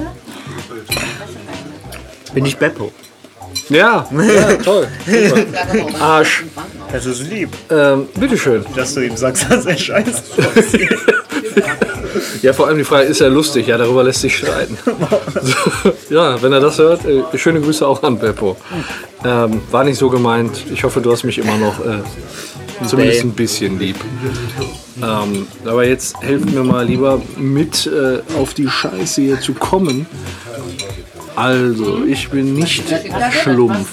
S3: Bin ich Beppo?
S2: Ja, ja toll. Super. Arsch.
S3: Das ist lieb,
S2: Ähm, bitteschön.
S3: dass du ihm sagst, dass er scheiße ist.
S2: Ja, vor allem die Frage, ist ja lustig? Ja, darüber lässt sich streiten. So, ja, wenn er das hört, äh, schöne Grüße auch an Beppo. Ähm, war nicht so gemeint. Ich hoffe, du hast mich immer noch äh, zumindest ein bisschen lieb. Ähm, aber jetzt helft mir mal lieber mit äh, auf die Scheiße hier zu kommen. Also, ich bin nicht Schlumpf.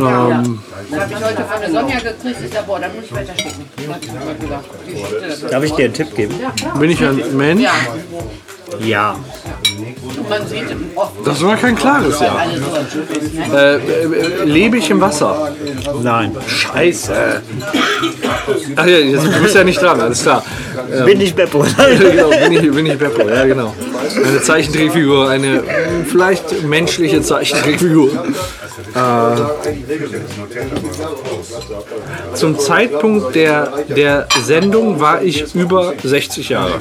S2: Ähm,
S5: Das habe ich heute von der Sonja gekriegt. Ich sage, boah, dann muss ich weiter schicken. Hat sie heute gesagt. Die Stille.
S3: Darf ich dir einen Tipp geben?
S2: bin ich ein Mensch?
S5: Ja,
S3: Ja.
S5: und man sieht im Off
S2: Das war kein klares Ja.
S5: alle so ein Schiff ist. Ne?
S2: Äh, äh, lebe ich im Wasser?
S3: Nein.
S2: Scheiße. Ach ja, jetzt, du bist ja nicht dran, alles klar.
S3: Bin ich Beppo?
S2: genau, bin ich, bin ich Beppo, ja genau. Eine Zeichentrickfigur, eine mh, vielleicht menschliche Zeichentrickfigur. Äh, zum Zeitpunkt der, der Sendung war ich über 60 Jahre.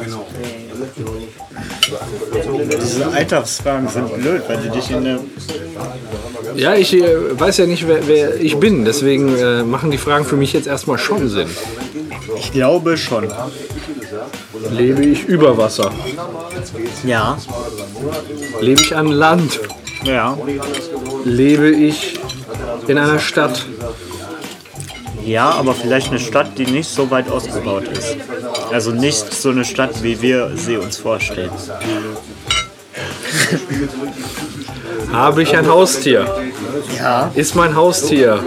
S3: Diese Alltagsfragen sind blöd, weil sie dich in eine.
S2: Ja, ich äh, weiß ja nicht, wer, wer ich bin, deswegen äh, machen die Fragen für mich jetzt erstmal schon Sinn.
S3: Ich glaube schon.
S2: Lebe ich über Wasser?
S3: Ja.
S2: Lebe ich an Land?
S3: Ja.
S2: Lebe ich in einer Stadt?
S3: Ja, aber vielleicht eine Stadt, die nicht so weit ausgebaut ist. Also nicht so eine Stadt, wie wir sie uns vorstellen.
S2: Habe ich ein Haustier?
S3: Ja.
S2: Ist mein Haustier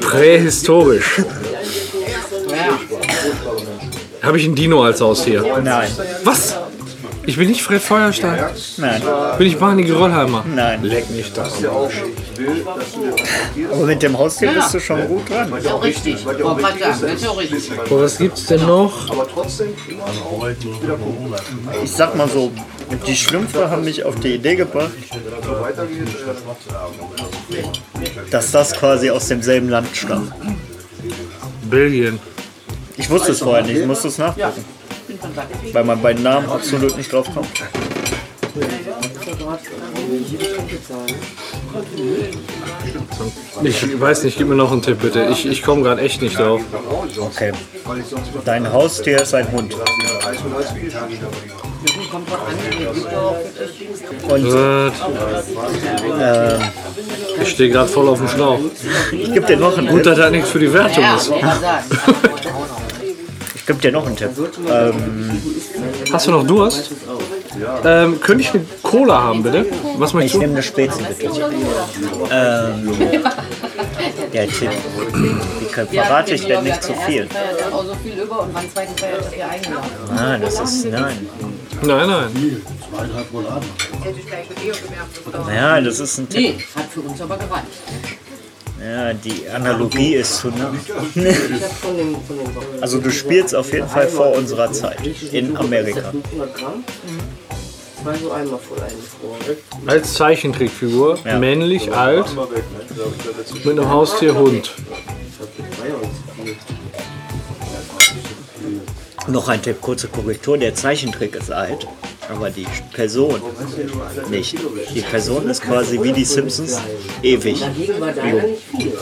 S2: prähistorisch? Habe ich einen Dino als Haustier?
S3: Nein.
S2: Was? Ich bin nicht Fred Feuerstein.
S3: Nein.
S2: Bin ich Barney Geröllheimer?
S3: Nein. Leck mich das Aber mit dem Haustier bist du schon gut dran.
S5: Ist auch richtig. Wollte gerade sagen, das ist auch richtig.
S2: Boah, was gibt's denn noch?
S3: Ich sag mal so, die Schlümpfe haben mich auf die Idee gebracht, dass das quasi aus demselben Land stammt.
S2: Belgien.
S3: Ich wusste es vorher nicht, ich musste es nachgucken. Weil man bei Namen absolut nicht drauf kommt.
S2: Ich weiß nicht, gib mir noch einen Tipp bitte. Ich, ich komme gerade echt nicht drauf.
S3: Okay. Dein Haustier ist ein Hund. Und
S2: Äh,
S3: Ähm.
S2: ich stehe gerade voll auf dem Schlauch.
S3: ich gebe dir noch einen
S2: Gut,
S3: Tipp.
S2: dass das nichts für die Wertung
S5: Ja,
S2: ist.
S5: wollte gerade sagen.
S3: Ich geb dir noch einen Tipp. Ähm,
S2: Hast du noch Durst? Ähm, könnte ich eine Cola haben, bitte? Was
S3: ich
S2: möchtest du?
S3: nehme eine Spezi, bitte. Ähm, der Tipp. Wie kann- verrate ich denn nicht zu viel?
S5: Wir hatten ja auch so viel über und beim zweiten Feiertag ja eingeladen.
S3: Nein, das ist. Nein.
S2: Nein, nein.
S3: Ja, das ist ein Tipp.
S5: Nee, hat für uns aber gereicht.
S3: Ja, die Analogie ist zu ne? nah.
S5: Ich habe von dem, von dem Wochen-
S3: Also du spielst auf jeden Fall vor unserer Zeit in Amerika.
S5: 500 Gramm.
S6: Mal so einmal voll eingefroren.
S2: Als Zeichentrickfigur,
S3: Ja.
S2: männlich, alt, mit einem Haustier, Hund.
S3: Noch ein Tipp, kurze Korrektur. Der Zeichentrick ist alt, aber die Person nicht. Die Person ist quasi wie die Simpsons ewig.
S6: Dagegen war da nicht viel.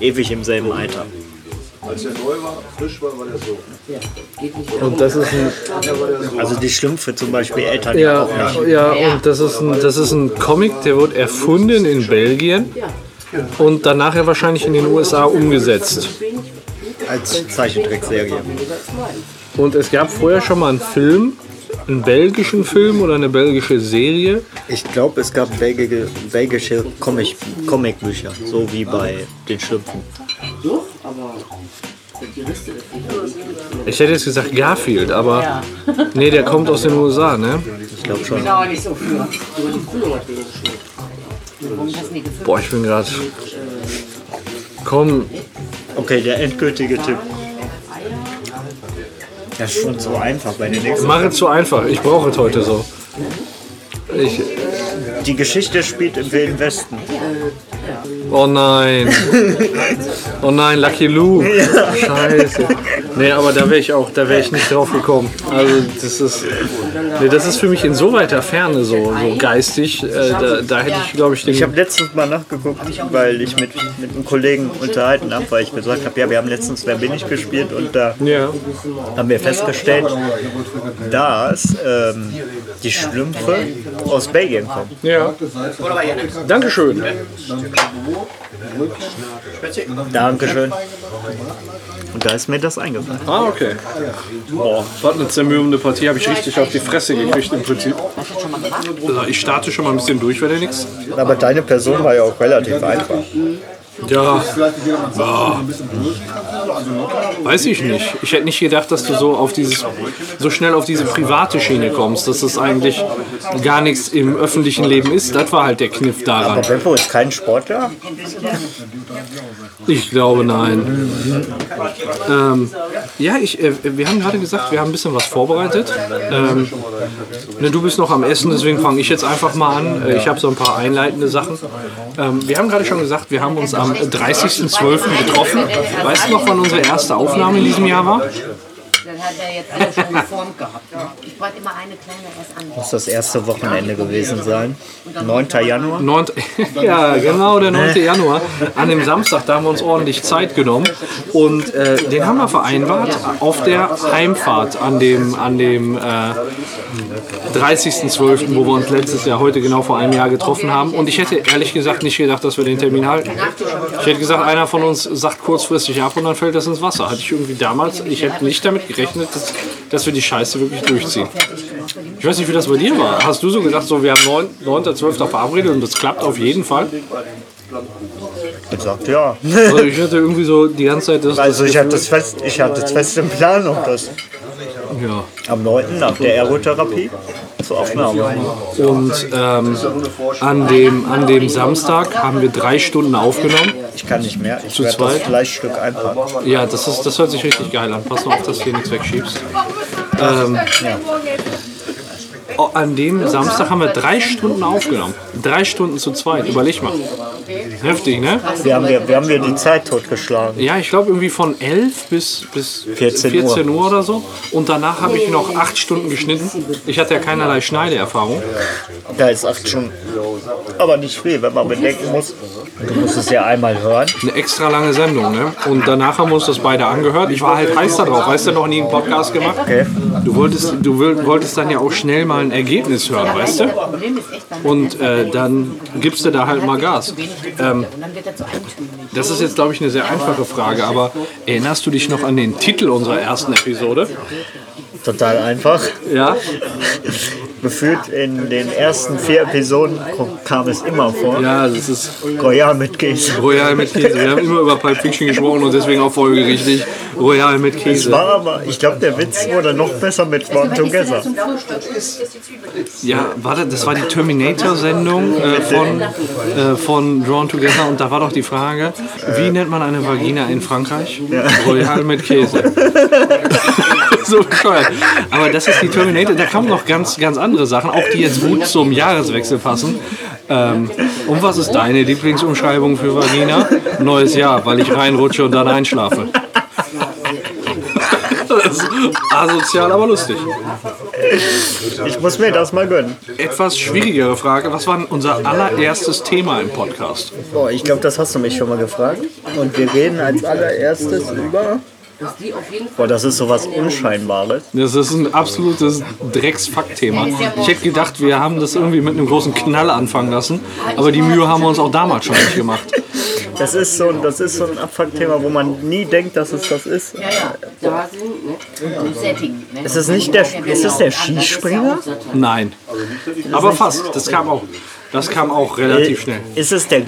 S3: Ewig im selben Alter.
S6: Geht nicht darum.
S2: Und das ist ein,
S3: Also die Schlümpfe zum Beispiel Eltern ja
S2: ja,
S3: auch nicht.
S2: ja, und das ist ein, das ist ein Comic, der wird erfunden in Belgien und danach ja wahrscheinlich in den USA umgesetzt.
S3: Als Zeichentrickserie.
S2: Und es gab vorher schon mal einen Film, einen belgischen Film oder eine belgische Serie.
S3: Ich glaube, es gab belgische, belgische Comic, Comicbücher, so wie bei den Schlümpfen.
S6: Doch, aber die Reste des Fieders sind nicht so.
S2: Ich hätte jetzt gesagt Garfield, aber nee, der kommt aus den USA, ne?
S3: Ich glaube schon.
S6: Dauert nicht so viel. Über die Krümmung hat wenig geschnitten.
S8: Warum hast du nie gefilmt?
S2: Boah, ich bin gerade. Komm,
S3: Okay, der endgültige Tipp. Das ist schon so einfach bei den nächsten.
S2: mach es so einfach. Ich brauche es heute so. Ich,
S3: Die Geschichte spielt im Wilden Westen.
S2: oh nein. Oh nein, Lucky Luke. Scheiße. Nee, aber da wäre ich auch, da wäre ich nicht drauf gekommen. Also das ist. Nee, das ist für mich in so weiter Ferne so, so geistig. Äh, da, da hätte ich, glaube ich, den.
S3: Ich habe letztens mal nachgeguckt, weil ich mit, mit einem Kollegen unterhalten habe, weil ich gesagt habe, ja, wir haben letztens Wer bin ich gespielt und da
S2: ja.
S3: haben wir festgestellt, dass ähm, die Schlümpfe aus Belgien kommen.
S2: Ja. Dankeschön.
S3: Dankeschön. Und da ist mir das eingefallen.
S2: Ah, okay. Boah, was eine zermürbende Partie. Habe ich richtig auf die Fresse gekriegt im Prinzip. Also ich starte schon mal ein bisschen durch, wenn ihr nichts.
S3: Aber deine Person war ja auch relativ einfach.
S2: Ja. Weiß ich nicht. Ich hätte nicht gedacht, dass du so auf dieses so schnell auf diese private Schiene kommst, dass das eigentlich gar nichts im öffentlichen Leben ist. Das war halt der Kniff daran.
S3: Aber Beppo ist kein Sportler?
S2: Ich glaube nein. Ähm, ja, ich, äh, wir haben gerade gesagt, wir haben ein bisschen was vorbereitet. Ähm, ne, du bist noch am Essen, deswegen fange ich jetzt einfach mal an. Äh, ich habe so ein paar einleitende Sachen. Ähm, wir haben gerade schon gesagt, wir haben uns am 30.12. getroffen. Weißt du noch, wann unsere erste Aufnahme in diesem Jahr war?
S8: Dann hat er jetzt alle schon geformt gehabt. Ich wollte immer eine kleine erst an.
S3: Muss das erste Wochenende gewesen sein. 9. Januar.
S2: 9, ja, genau, der 9. Januar. An dem Samstag, da haben wir uns ordentlich Zeit genommen. Und äh, den haben wir vereinbart auf der Heimfahrt an dem, an dem äh, 30.12., wo wir uns letztes Jahr, heute genau vor einem Jahr getroffen haben. Und ich hätte ehrlich gesagt nicht gedacht, dass wir den Termin halten. Ich hätte gesagt, einer von uns sagt kurzfristig ab und dann fällt das ins Wasser. Hatte ich irgendwie damals, ich hätte nicht damit gerechnet, dass, dass wir die Scheiße wirklich durchziehen. Ich weiß nicht, wie das bei dir war. Hast du so gedacht, so wir haben 9, 9.12. verabredet und das klappt auf jeden Fall?
S3: Gesagt, ja.
S2: Also ich hatte irgendwie so die ganze Zeit das.
S3: Also ich hatte das fest, ich hatte das fest im Plan und das
S2: ja.
S3: am 9. nach der Aerotherapie zur Aufnahme.
S2: Und ähm, an, dem, an dem Samstag haben wir drei Stunden aufgenommen.
S3: Ich kann nicht mehr. Ich werde das
S2: zweit?
S3: Fleischstück einpacken.
S2: Ja, das, ist, das hört sich richtig geil an. Pass mal auf, dass du hier nichts wegschiebst. Ähm, oh, an dem Samstag haben wir drei Stunden aufgenommen. Drei Stunden zu zweit. Überleg mal. Heftig, ne?
S3: Wir haben, wir, wir haben wir die Zeit totgeschlagen.
S2: Ja, ich glaube irgendwie von 11 bis, bis
S3: 14
S2: 14,
S3: Uhr.
S2: Uhr. oder so. Und danach habe ich noch acht Stunden geschnitten. Ich hatte ja keinerlei Schneideerfahrung.
S3: Da ist acht schon. Aber nicht viel, wenn man bedenken muss. Du musst es ja einmal hören.
S2: Eine extra lange Sendung, ne? Und danach haben wir uns das beide angehört. Ich war halt heiß da drauf. Weißt du, noch nie einen Podcast gemacht?
S3: Okay.
S2: Du wolltest, du will- wolltest dann ja auch schnell mal ein Ergebnis hören, weißt du?
S8: Das Problem ist echt, dann
S2: Und äh, dann gibst du da halt mal Gas. Ähm,
S8: Und dann wird er zu eintönig.
S2: das ist jetzt, glaube ich, eine sehr einfache Frage, aber erinnerst du dich noch an den Titel unserer ersten Episode?
S3: Total einfach.
S2: Ja?
S3: Gefühlt in den ersten vier Episoden ko- kam es immer vor.
S2: Ja, das ist
S3: Goya mit Käse.
S2: Royal mit Käse. Wir haben immer über Pulp Fiction gesprochen und deswegen auch folgerichtig Royal mit
S3: Es
S2: Käse.
S3: war aber, ich glaube, der Witz wurde noch besser mit Born Together.
S2: Ja, war das, das war die Terminator-Sendung äh, von, äh, von Drawn Together und da war doch die Frage, wie nennt man eine Vagina in Frankreich? Royal mit Käse. so bescheuert. Aber das ist die Terminator. Da kamen noch ganz, ganz andere Sachen, auch die jetzt gut zum Jahreswechsel passen. Ähm, und was ist deine Lieblingsumschreibung für Vagina? Neues Jahr, weil ich reinrutsche und dann einschlafe. Das ist asozial, aber lustig.
S3: Ich muss mir das mal gönnen.
S2: Etwas schwierigere Frage. Was war denn unser allererstes Thema im Podcast?
S3: Boah, ich glaube, das hast du mich schon mal gefragt. Und wir reden als allererstes über.
S9: Dass die auf jeden Fall
S3: Boah, das ist sowas Unscheinbares.
S2: Das ist ein absolutes Drecksfaktthema. Ich hätte gedacht, wir haben das irgendwie mit einem großen Knall anfangen lassen, aber die Mühe haben wir uns auch damals schon nicht gemacht.
S3: Das ist so ein, das ist so ein Abfuckthema, wo man nie denkt, dass es das ist.
S9: da sind. Ne?
S8: Setting. Ne?
S3: Ist das nicht der, ist das der Skispringer?
S2: Nein. Aber fast, das kam auch. Das kam auch relativ schnell.
S3: Ist es der,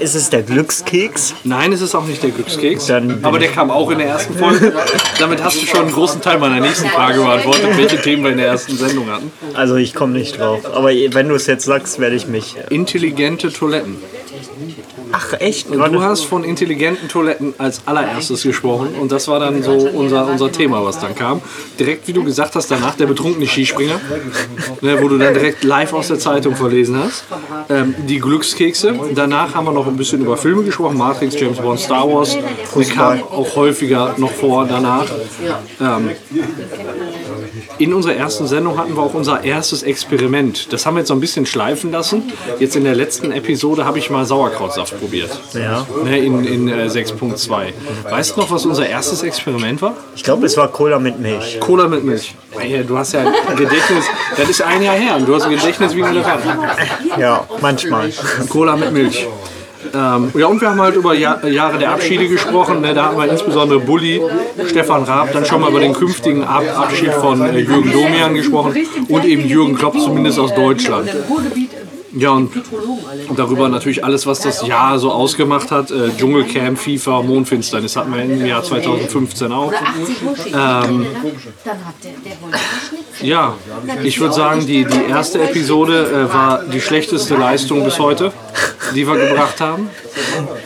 S3: ist es der Glückskeks?
S2: Nein, es ist auch nicht der Glückskeks,
S3: Dann-
S2: aber der kam auch in der ersten Folge. Damit hast du schon einen großen Teil meiner nächsten Frage beantwortet, welche Themen wir in der ersten Sendung hatten.
S3: Also ich komme nicht drauf. Aber wenn du es jetzt sagst, werde ich mich. äh,
S2: Intelligente Toiletten.
S3: Ach echt?
S2: Und du
S3: Warte.
S2: hast von intelligenten Toiletten als allererstes gesprochen und das war dann so unser, unser Thema, was dann kam. Direkt, wie du gesagt hast, danach der betrunkene Skispringer, ne, wo du dann direkt live aus der Zeitung verlesen hast. Ähm, die Glückskekse. Danach haben wir noch ein bisschen über Filme gesprochen, Matrix, James Bond, Star Wars. Das kam auch häufiger noch vor danach. Ähm, in unserer ersten Sendung hatten wir auch unser erstes Experiment. Das haben wir jetzt so ein bisschen schleifen lassen. Jetzt in der letzten Episode habe ich mal Sauerkrautsaft probiert.
S3: Ja.
S2: Ne, in in äh, 6.2. Weißt du noch, was unser erstes Experiment war?
S3: Ich glaube, es war Cola mit Milch.
S2: Cola mit Milch. Ey, du hast ja ein Gedächtnis. Das ist ein Jahr her und du hast ein Gedächtnis wie ein Elefant.
S3: Ja, manchmal.
S2: Cola mit Milch. Ähm, ja, und wir haben halt über ja Jahre der Abschiede gesprochen. Ne? Da haben wir insbesondere Bulli, Stefan Raab, dann schon mal über den künftigen Ab Abschied von äh, Jürgen Domian gesprochen und eben Jürgen Klopp,
S8: äh,
S2: zumindest aus Deutschland.
S9: Im Ruhrgebiet äh,
S2: Ja, und darüber natürlich alles, was das Jahr so ausgemacht hat. Äh, Dschungelcamp, FIFA, Mondfinsternis hatten wir im Jahr 2015 auch.
S8: Dann hat der, der wollte nicht schnitzen.
S2: Ähm, Ja, ich würde sagen, die, die erste Episode äh, war die schlechteste Leistung bis heute, die wir gebracht haben.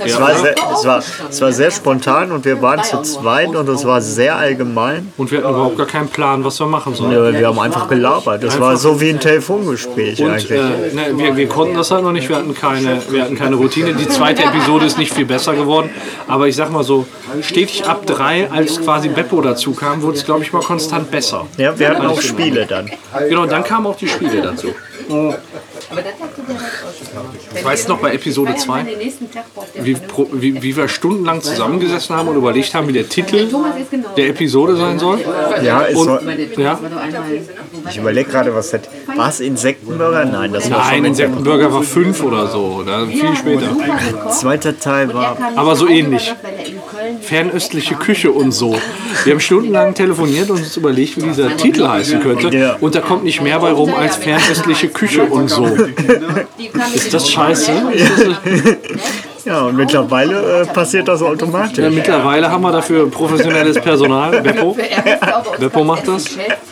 S3: Es war, sehr, es, war, es war sehr spontan und wir waren zu zweit und es war sehr allgemein.
S2: Und wir hatten überhaupt gar keinen Plan, was wir machen sollen.
S3: Ja, wir haben einfach gelabert. Es war so wie ein Telefongespräch
S2: Und
S3: eigentlich.
S2: äh, ne, wir, wir konnten das halt noch nicht, wir hatten, keine, wir hatten keine Routine. Die zweite Episode ist nicht viel besser geworden, aber ich sag mal so, stetig ab drei, als quasi Beppo dazu kam, wurde es, glaube ich, mal konstant besser.
S3: Ja, wir hatten auch Spiele dann.
S2: Genau, und dann kamen auch die Spiele dazu. Ich weiß noch bei Episode 2,
S9: den nächsten Tag braucht der.
S2: wie, pro- wie, wie wir stundenlang zusammengesessen haben und überlegt haben, wie der Titel
S9: Thomas ist genau.
S2: der Episode sein soll.
S3: Ja, es
S2: Und-
S3: war,
S2: Ja?
S9: Wenn du einmal
S3: ich überlege gerade, was das. War es Insektenburger? Nein, das war
S2: Nein,
S3: schon der
S2: Insektenburger war fünf oder so, oder viel später.
S3: zweite Teil. War,
S2: Aber so ähnlich.
S8: Weil er in Köln
S2: Fernöstliche Küche und so. Wir haben stundenlang telefoniert und uns überlegt, wie dieser Titel heißen könnte.
S3: Ja.
S2: Und da kommt nicht mehr bei rum als Fernöstliche Küche und so. Ist das scheiße?
S3: ja, und mittlerweile äh, passiert das automatisch.
S2: Mittlerweile haben wir dafür professionelles Personal, Beppo. Beppo macht das.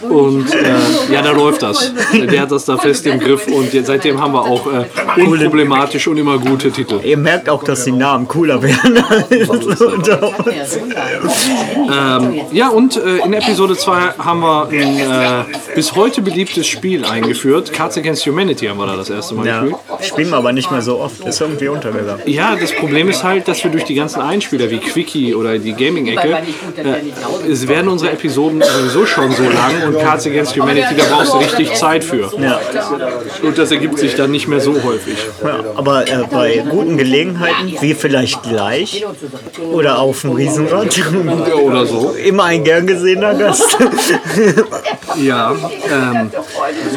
S2: Und äh, ja, da läuft das. Der hat das da fest im Griff und jetzt, seitdem haben wir auch äh, unproblematisch und immer gute Titel.
S3: Ihr merkt auch, dass die Namen cooler werden. als unter uns.
S2: Ähm, ja, und äh, in Episode 2 haben wir ein äh, bis heute beliebtes Spiel eingeführt. Cards Against Humanity haben wir da das erste Mal
S3: ja,
S2: gespielt.
S3: spielen wir aber nicht mehr so oft. Ist irgendwie untergegangen.
S2: Ja, das Problem ist halt, dass wir durch die ganzen Einspieler wie Quickie oder die Gaming-Ecke, äh, es werden unsere Episoden sowieso schon so lang und Cards Against Humanity, da brauchst du richtig Zeit für.
S3: Ja.
S2: Und das ergibt sich dann nicht mehr so häufig.
S3: Ja, aber äh, bei guten Gelegenheiten, wie vielleicht gleich oder auf dem Riesenrad,
S2: Ja, oder so.
S3: immer ein gern gesehener Gast.
S2: Ja, ähm,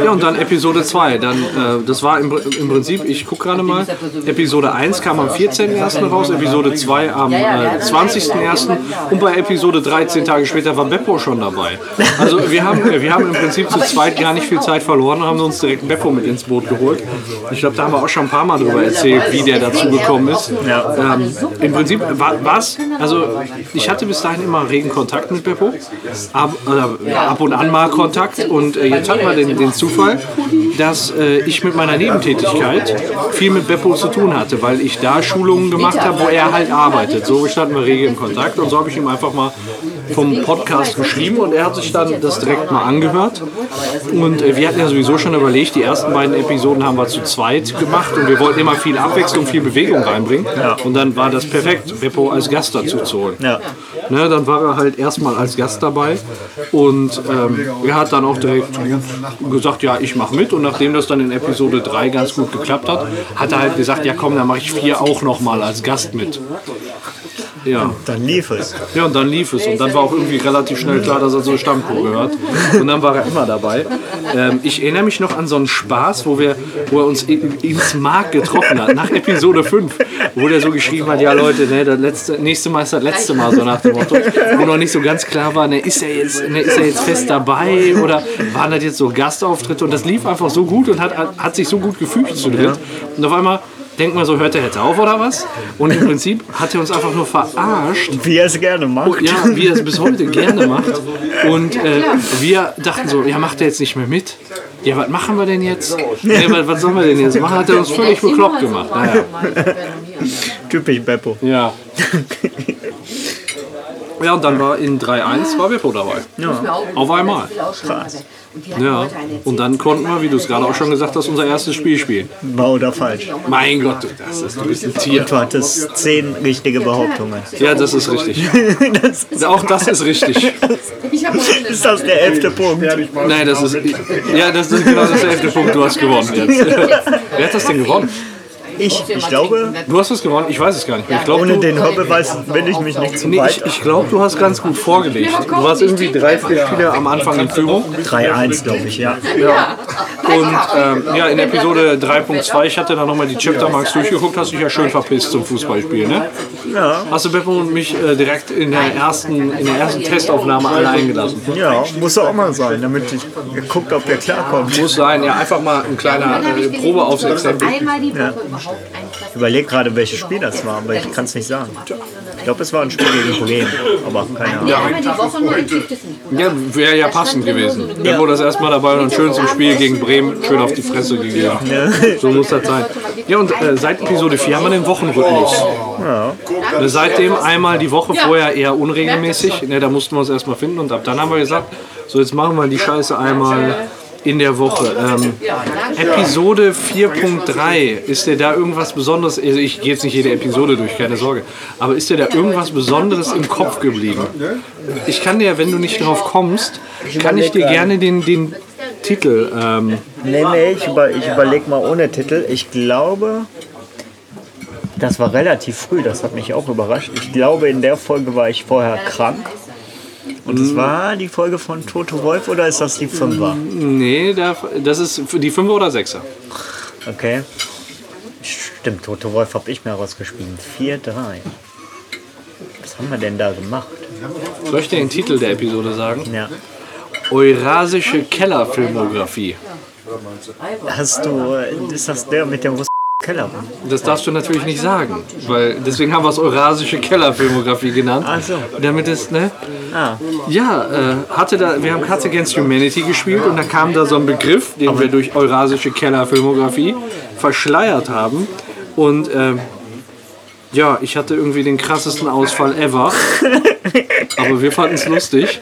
S2: ja und dann Episode 2. Dann, äh, das war im, im Prinzip, ich gucke gerade mal, Episode 1 kam am 14.01. raus, Episode 2 am äh, 20.01. und bei Episode 13 Tage später war Beppo schon dabei. Also wir haben, wir haben im Prinzip zu zweit gar nicht viel Zeit verloren und haben uns direkt Beppo mit ins Boot geholt. Ich glaube, da haben wir auch schon ein paar Mal drüber erzählt, wie der dazu gekommen ist. Ähm, Im Prinzip war was, also ich hatte bis dahin immer regen Kontakt mit Beppo, ab, oder, ja, ab und an mal Kontakt und äh, jetzt hatten wir den, den Zufall, dass äh, ich mit meiner Nebentätigkeit viel mit Beppo zu tun hatte, weil ich da Schu Schulungen gemacht habe, wo er halt arbeitet. So standen wir rege im Kontakt und so habe ich ihm einfach mal vom Podcast geschrieben und er hat sich dann das direkt mal angehört. Und äh, wir hatten ja sowieso schon überlegt, die ersten beiden Episoden haben wir zu zweit gemacht und wir wollten immer viel Abwechslung, viel Bewegung reinbringen. Und dann war das perfekt, Beppo als Gast dazu zu holen.
S3: Ja.
S2: Ne, dann war er halt erstmal als Gast dabei und ähm, er hat dann auch direkt gesagt, ja, ich mache mit. Und nachdem das dann in Episode 3 ganz gut geklappt hat, hat er halt gesagt, ja komm, dann mache ich 4 auch nochmal als Gast mit. Ja.
S3: Dann lief es.
S2: ja, und dann lief es. Und dann war auch irgendwie relativ schnell klar, dass er zur Stammkuh gehört. Und dann war er immer dabei. Ähm, ich erinnere mich noch an so einen Spaß, wo, wir, wo er uns in, ins Mark getroffen hat, nach Episode 5, wo der so geschrieben hat, ja Leute, ne, das letzte, nächste Mal ist das letzte Mal, so nach dem Motto. Wo noch nicht so ganz klar war, ne, ist, er jetzt, ne, ist er jetzt fest dabei oder waren das jetzt so Gastauftritte? Und das lief einfach so gut und hat, hat sich so gut gefügt zu dritt. Und auf einmal denkt man so, hört der jetzt auf oder was? Und im Prinzip hat er uns einfach nur verarscht
S3: Wie er es gerne macht.
S2: ja, wie er es bis heute gerne macht. Und äh, wir dachten so, ja, macht er jetzt nicht mehr mit? Ja, was machen wir denn jetzt? Ja, was, was sollen wir denn jetzt machen? Hat er uns völlig bekloppt gemacht. Naja.
S3: Typisch Beppo.
S2: Ja. Ja, und dann war in 3-1 war Beppo dabei. Auf einmal.
S8: Krass. Und die hatten
S2: Ja.
S8: heute eine
S2: Und dann konnten wir, wie du es gerade auch schon gesagt hast, unser erstes Spiel spielen.
S3: War oder falsch?
S2: Mein Gott, du, das ist, du bist ein Tier.
S3: Du hattest zehn richtige Behauptungen.
S2: Ja, das ist richtig.
S3: Das ist,
S2: Auch das ist richtig.
S10: Ich habe
S3: ist das der elfte Punkt?
S2: Nein, das ist. Ja, das ist genau das elfte Punkt. Du hast gewonnen jetzt. Wer hat das denn gewonnen?
S3: Ich, ich glaube,
S2: Du hast es gewonnen? Ich weiß es gar nicht mehr. Ich glaube,
S3: ohne
S2: du, äh, also
S3: den Hobbe weiß, will ich mich nicht zu
S2: nee,
S3: weit.
S2: ich, ich glaub, du hast ganz gut vorgelegt. Du warst irgendwie drei, vier Spieler am Anfang in Führung.
S3: 3-1, glaube ich, ja.
S2: Und ähm, ja, in Episode 3.2, ich hatte da nochmal die Chaptermarks durchgeguckt, hast dich ja schön verpisst zum Fußballspiel, ne?
S3: Ja.
S2: Hast du Beppo und mich äh, direkt in der, ersten, in der ersten Testaufnahme alle eingelassen?
S3: Ja, muss auch mal sein, damit ich guckt, ob der klarkommt.
S2: Muss sein, ja, einfach mal ein kleiner äh, Probeaufsichtsempfehlung.
S8: Einmal die Woche überhaupt ein Klassen-
S3: Ich überlege gerade, welches Spiel das war, aber ich kann es nicht sagen. Ich glaube, es war ein Spiel gegen Bremen, aber keine Ahnung.
S8: Einmal die Woche nur ein Stiftessen.
S2: Ja, wäre ja passend gewesen. Dann wurde das erstmal dabei und schön zum Spiel gegen Bremen, schön auf die Fresse gegeben. So muss das sein. Ja, und äh, seit Episode 4 haben wir den Wochenrhythmus. Äh, Seitdem einmal die Woche, vorher eher unregelmäßig. Ne, da mussten wir uns erstmal finden und ab dann haben wir gesagt, so jetzt machen wir die Scheiße einmal in der Woche. Ähm, Episode 4.3, ist dir da irgendwas Besonderes, also ich gehe jetzt nicht jede Episode durch, keine Sorge, aber ist dir da irgendwas Besonderes im Kopf geblieben? Ich kann dir, wenn du nicht drauf kommst, kann ich dir gerne den, den Titel. Ähm,
S3: Nee, nee, ich, über, ich überlege mal ohne Titel. Ich glaube, das war relativ früh, das hat mich auch überrascht. Ich glaube, in der Folge war ich vorher krank. Und
S2: Mhm.
S3: das war die Folge von Toto Wolf oder ist das die Fünfer?
S2: nee, da, das ist für die 5 oder 6er.
S3: Okay. Stimmt, Toto Wolf habe ich mir rausgespielt. 4-3. Was haben wir denn da gemacht?
S2: Soll ich dir den Titel der Episode sagen?
S3: Ja.
S2: Eurasische Kellerfilmografie.
S3: Hast du. äh, Ist das der mit dem russischen Keller?
S2: Das darfst du natürlich nicht sagen, weil deswegen haben wir es Eurasische Kellerfilmografie genannt.
S3: Ach so.
S2: Damit es, ne?
S3: Ah,
S2: Ja, äh, hatte da, wir haben Cards Against Humanity gespielt und da kam da so ein Begriff, den wir durch Eurasische Kellerfilmografie verschleiert haben. Und ähm, ja, ich hatte irgendwie den krassesten Ausfall ever. Aber wir fanden es lustig.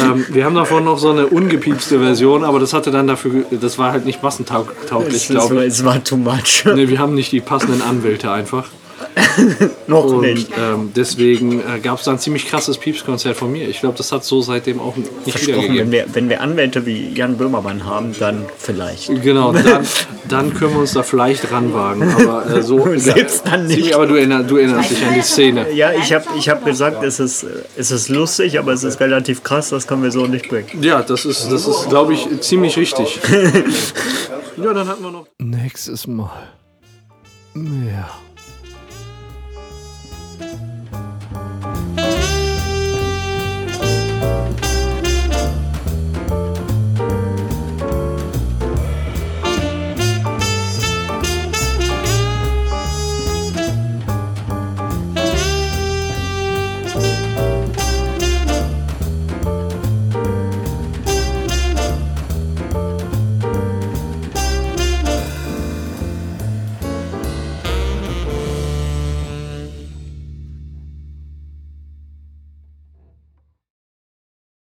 S2: Ähm, wir haben davon noch so eine ungepiepste Version, aber das hatte dann dafür, ge- das war halt nicht massentauglich,
S3: es, es,
S2: glaube
S3: war,
S2: ich.
S3: es war too much.
S2: Nee, wir haben nicht die passenden Anwälte einfach.
S3: Noch
S2: Und
S3: nicht.
S2: ähm, deswegen äh, gab es da ein ziemlich krasses Pieps-Konzert von mir. Ich glaube, das hat so seitdem auch nicht
S3: Versprochen, wenn
S2: wiedergegeben.
S3: wir, wenn wir Anwälte wie Jan Böhmermann haben, dann vielleicht.
S2: Genau, dann, dann können wir uns da vielleicht ranwagen. Aber äh, so
S3: Selbst dann nicht.
S2: Ziemlich, aber du, erinner, du erinnerst dich an die Szene.
S3: Ja, ich habe ich hab gesagt, es ist, äh, es ist lustig, aber es ist relativ krass, das können wir so nicht bringen.
S2: Ja, das ist, das ist glaube ich, ziemlich richtig. ja, dann hatten wir noch. Nächstes Mal. Mehr.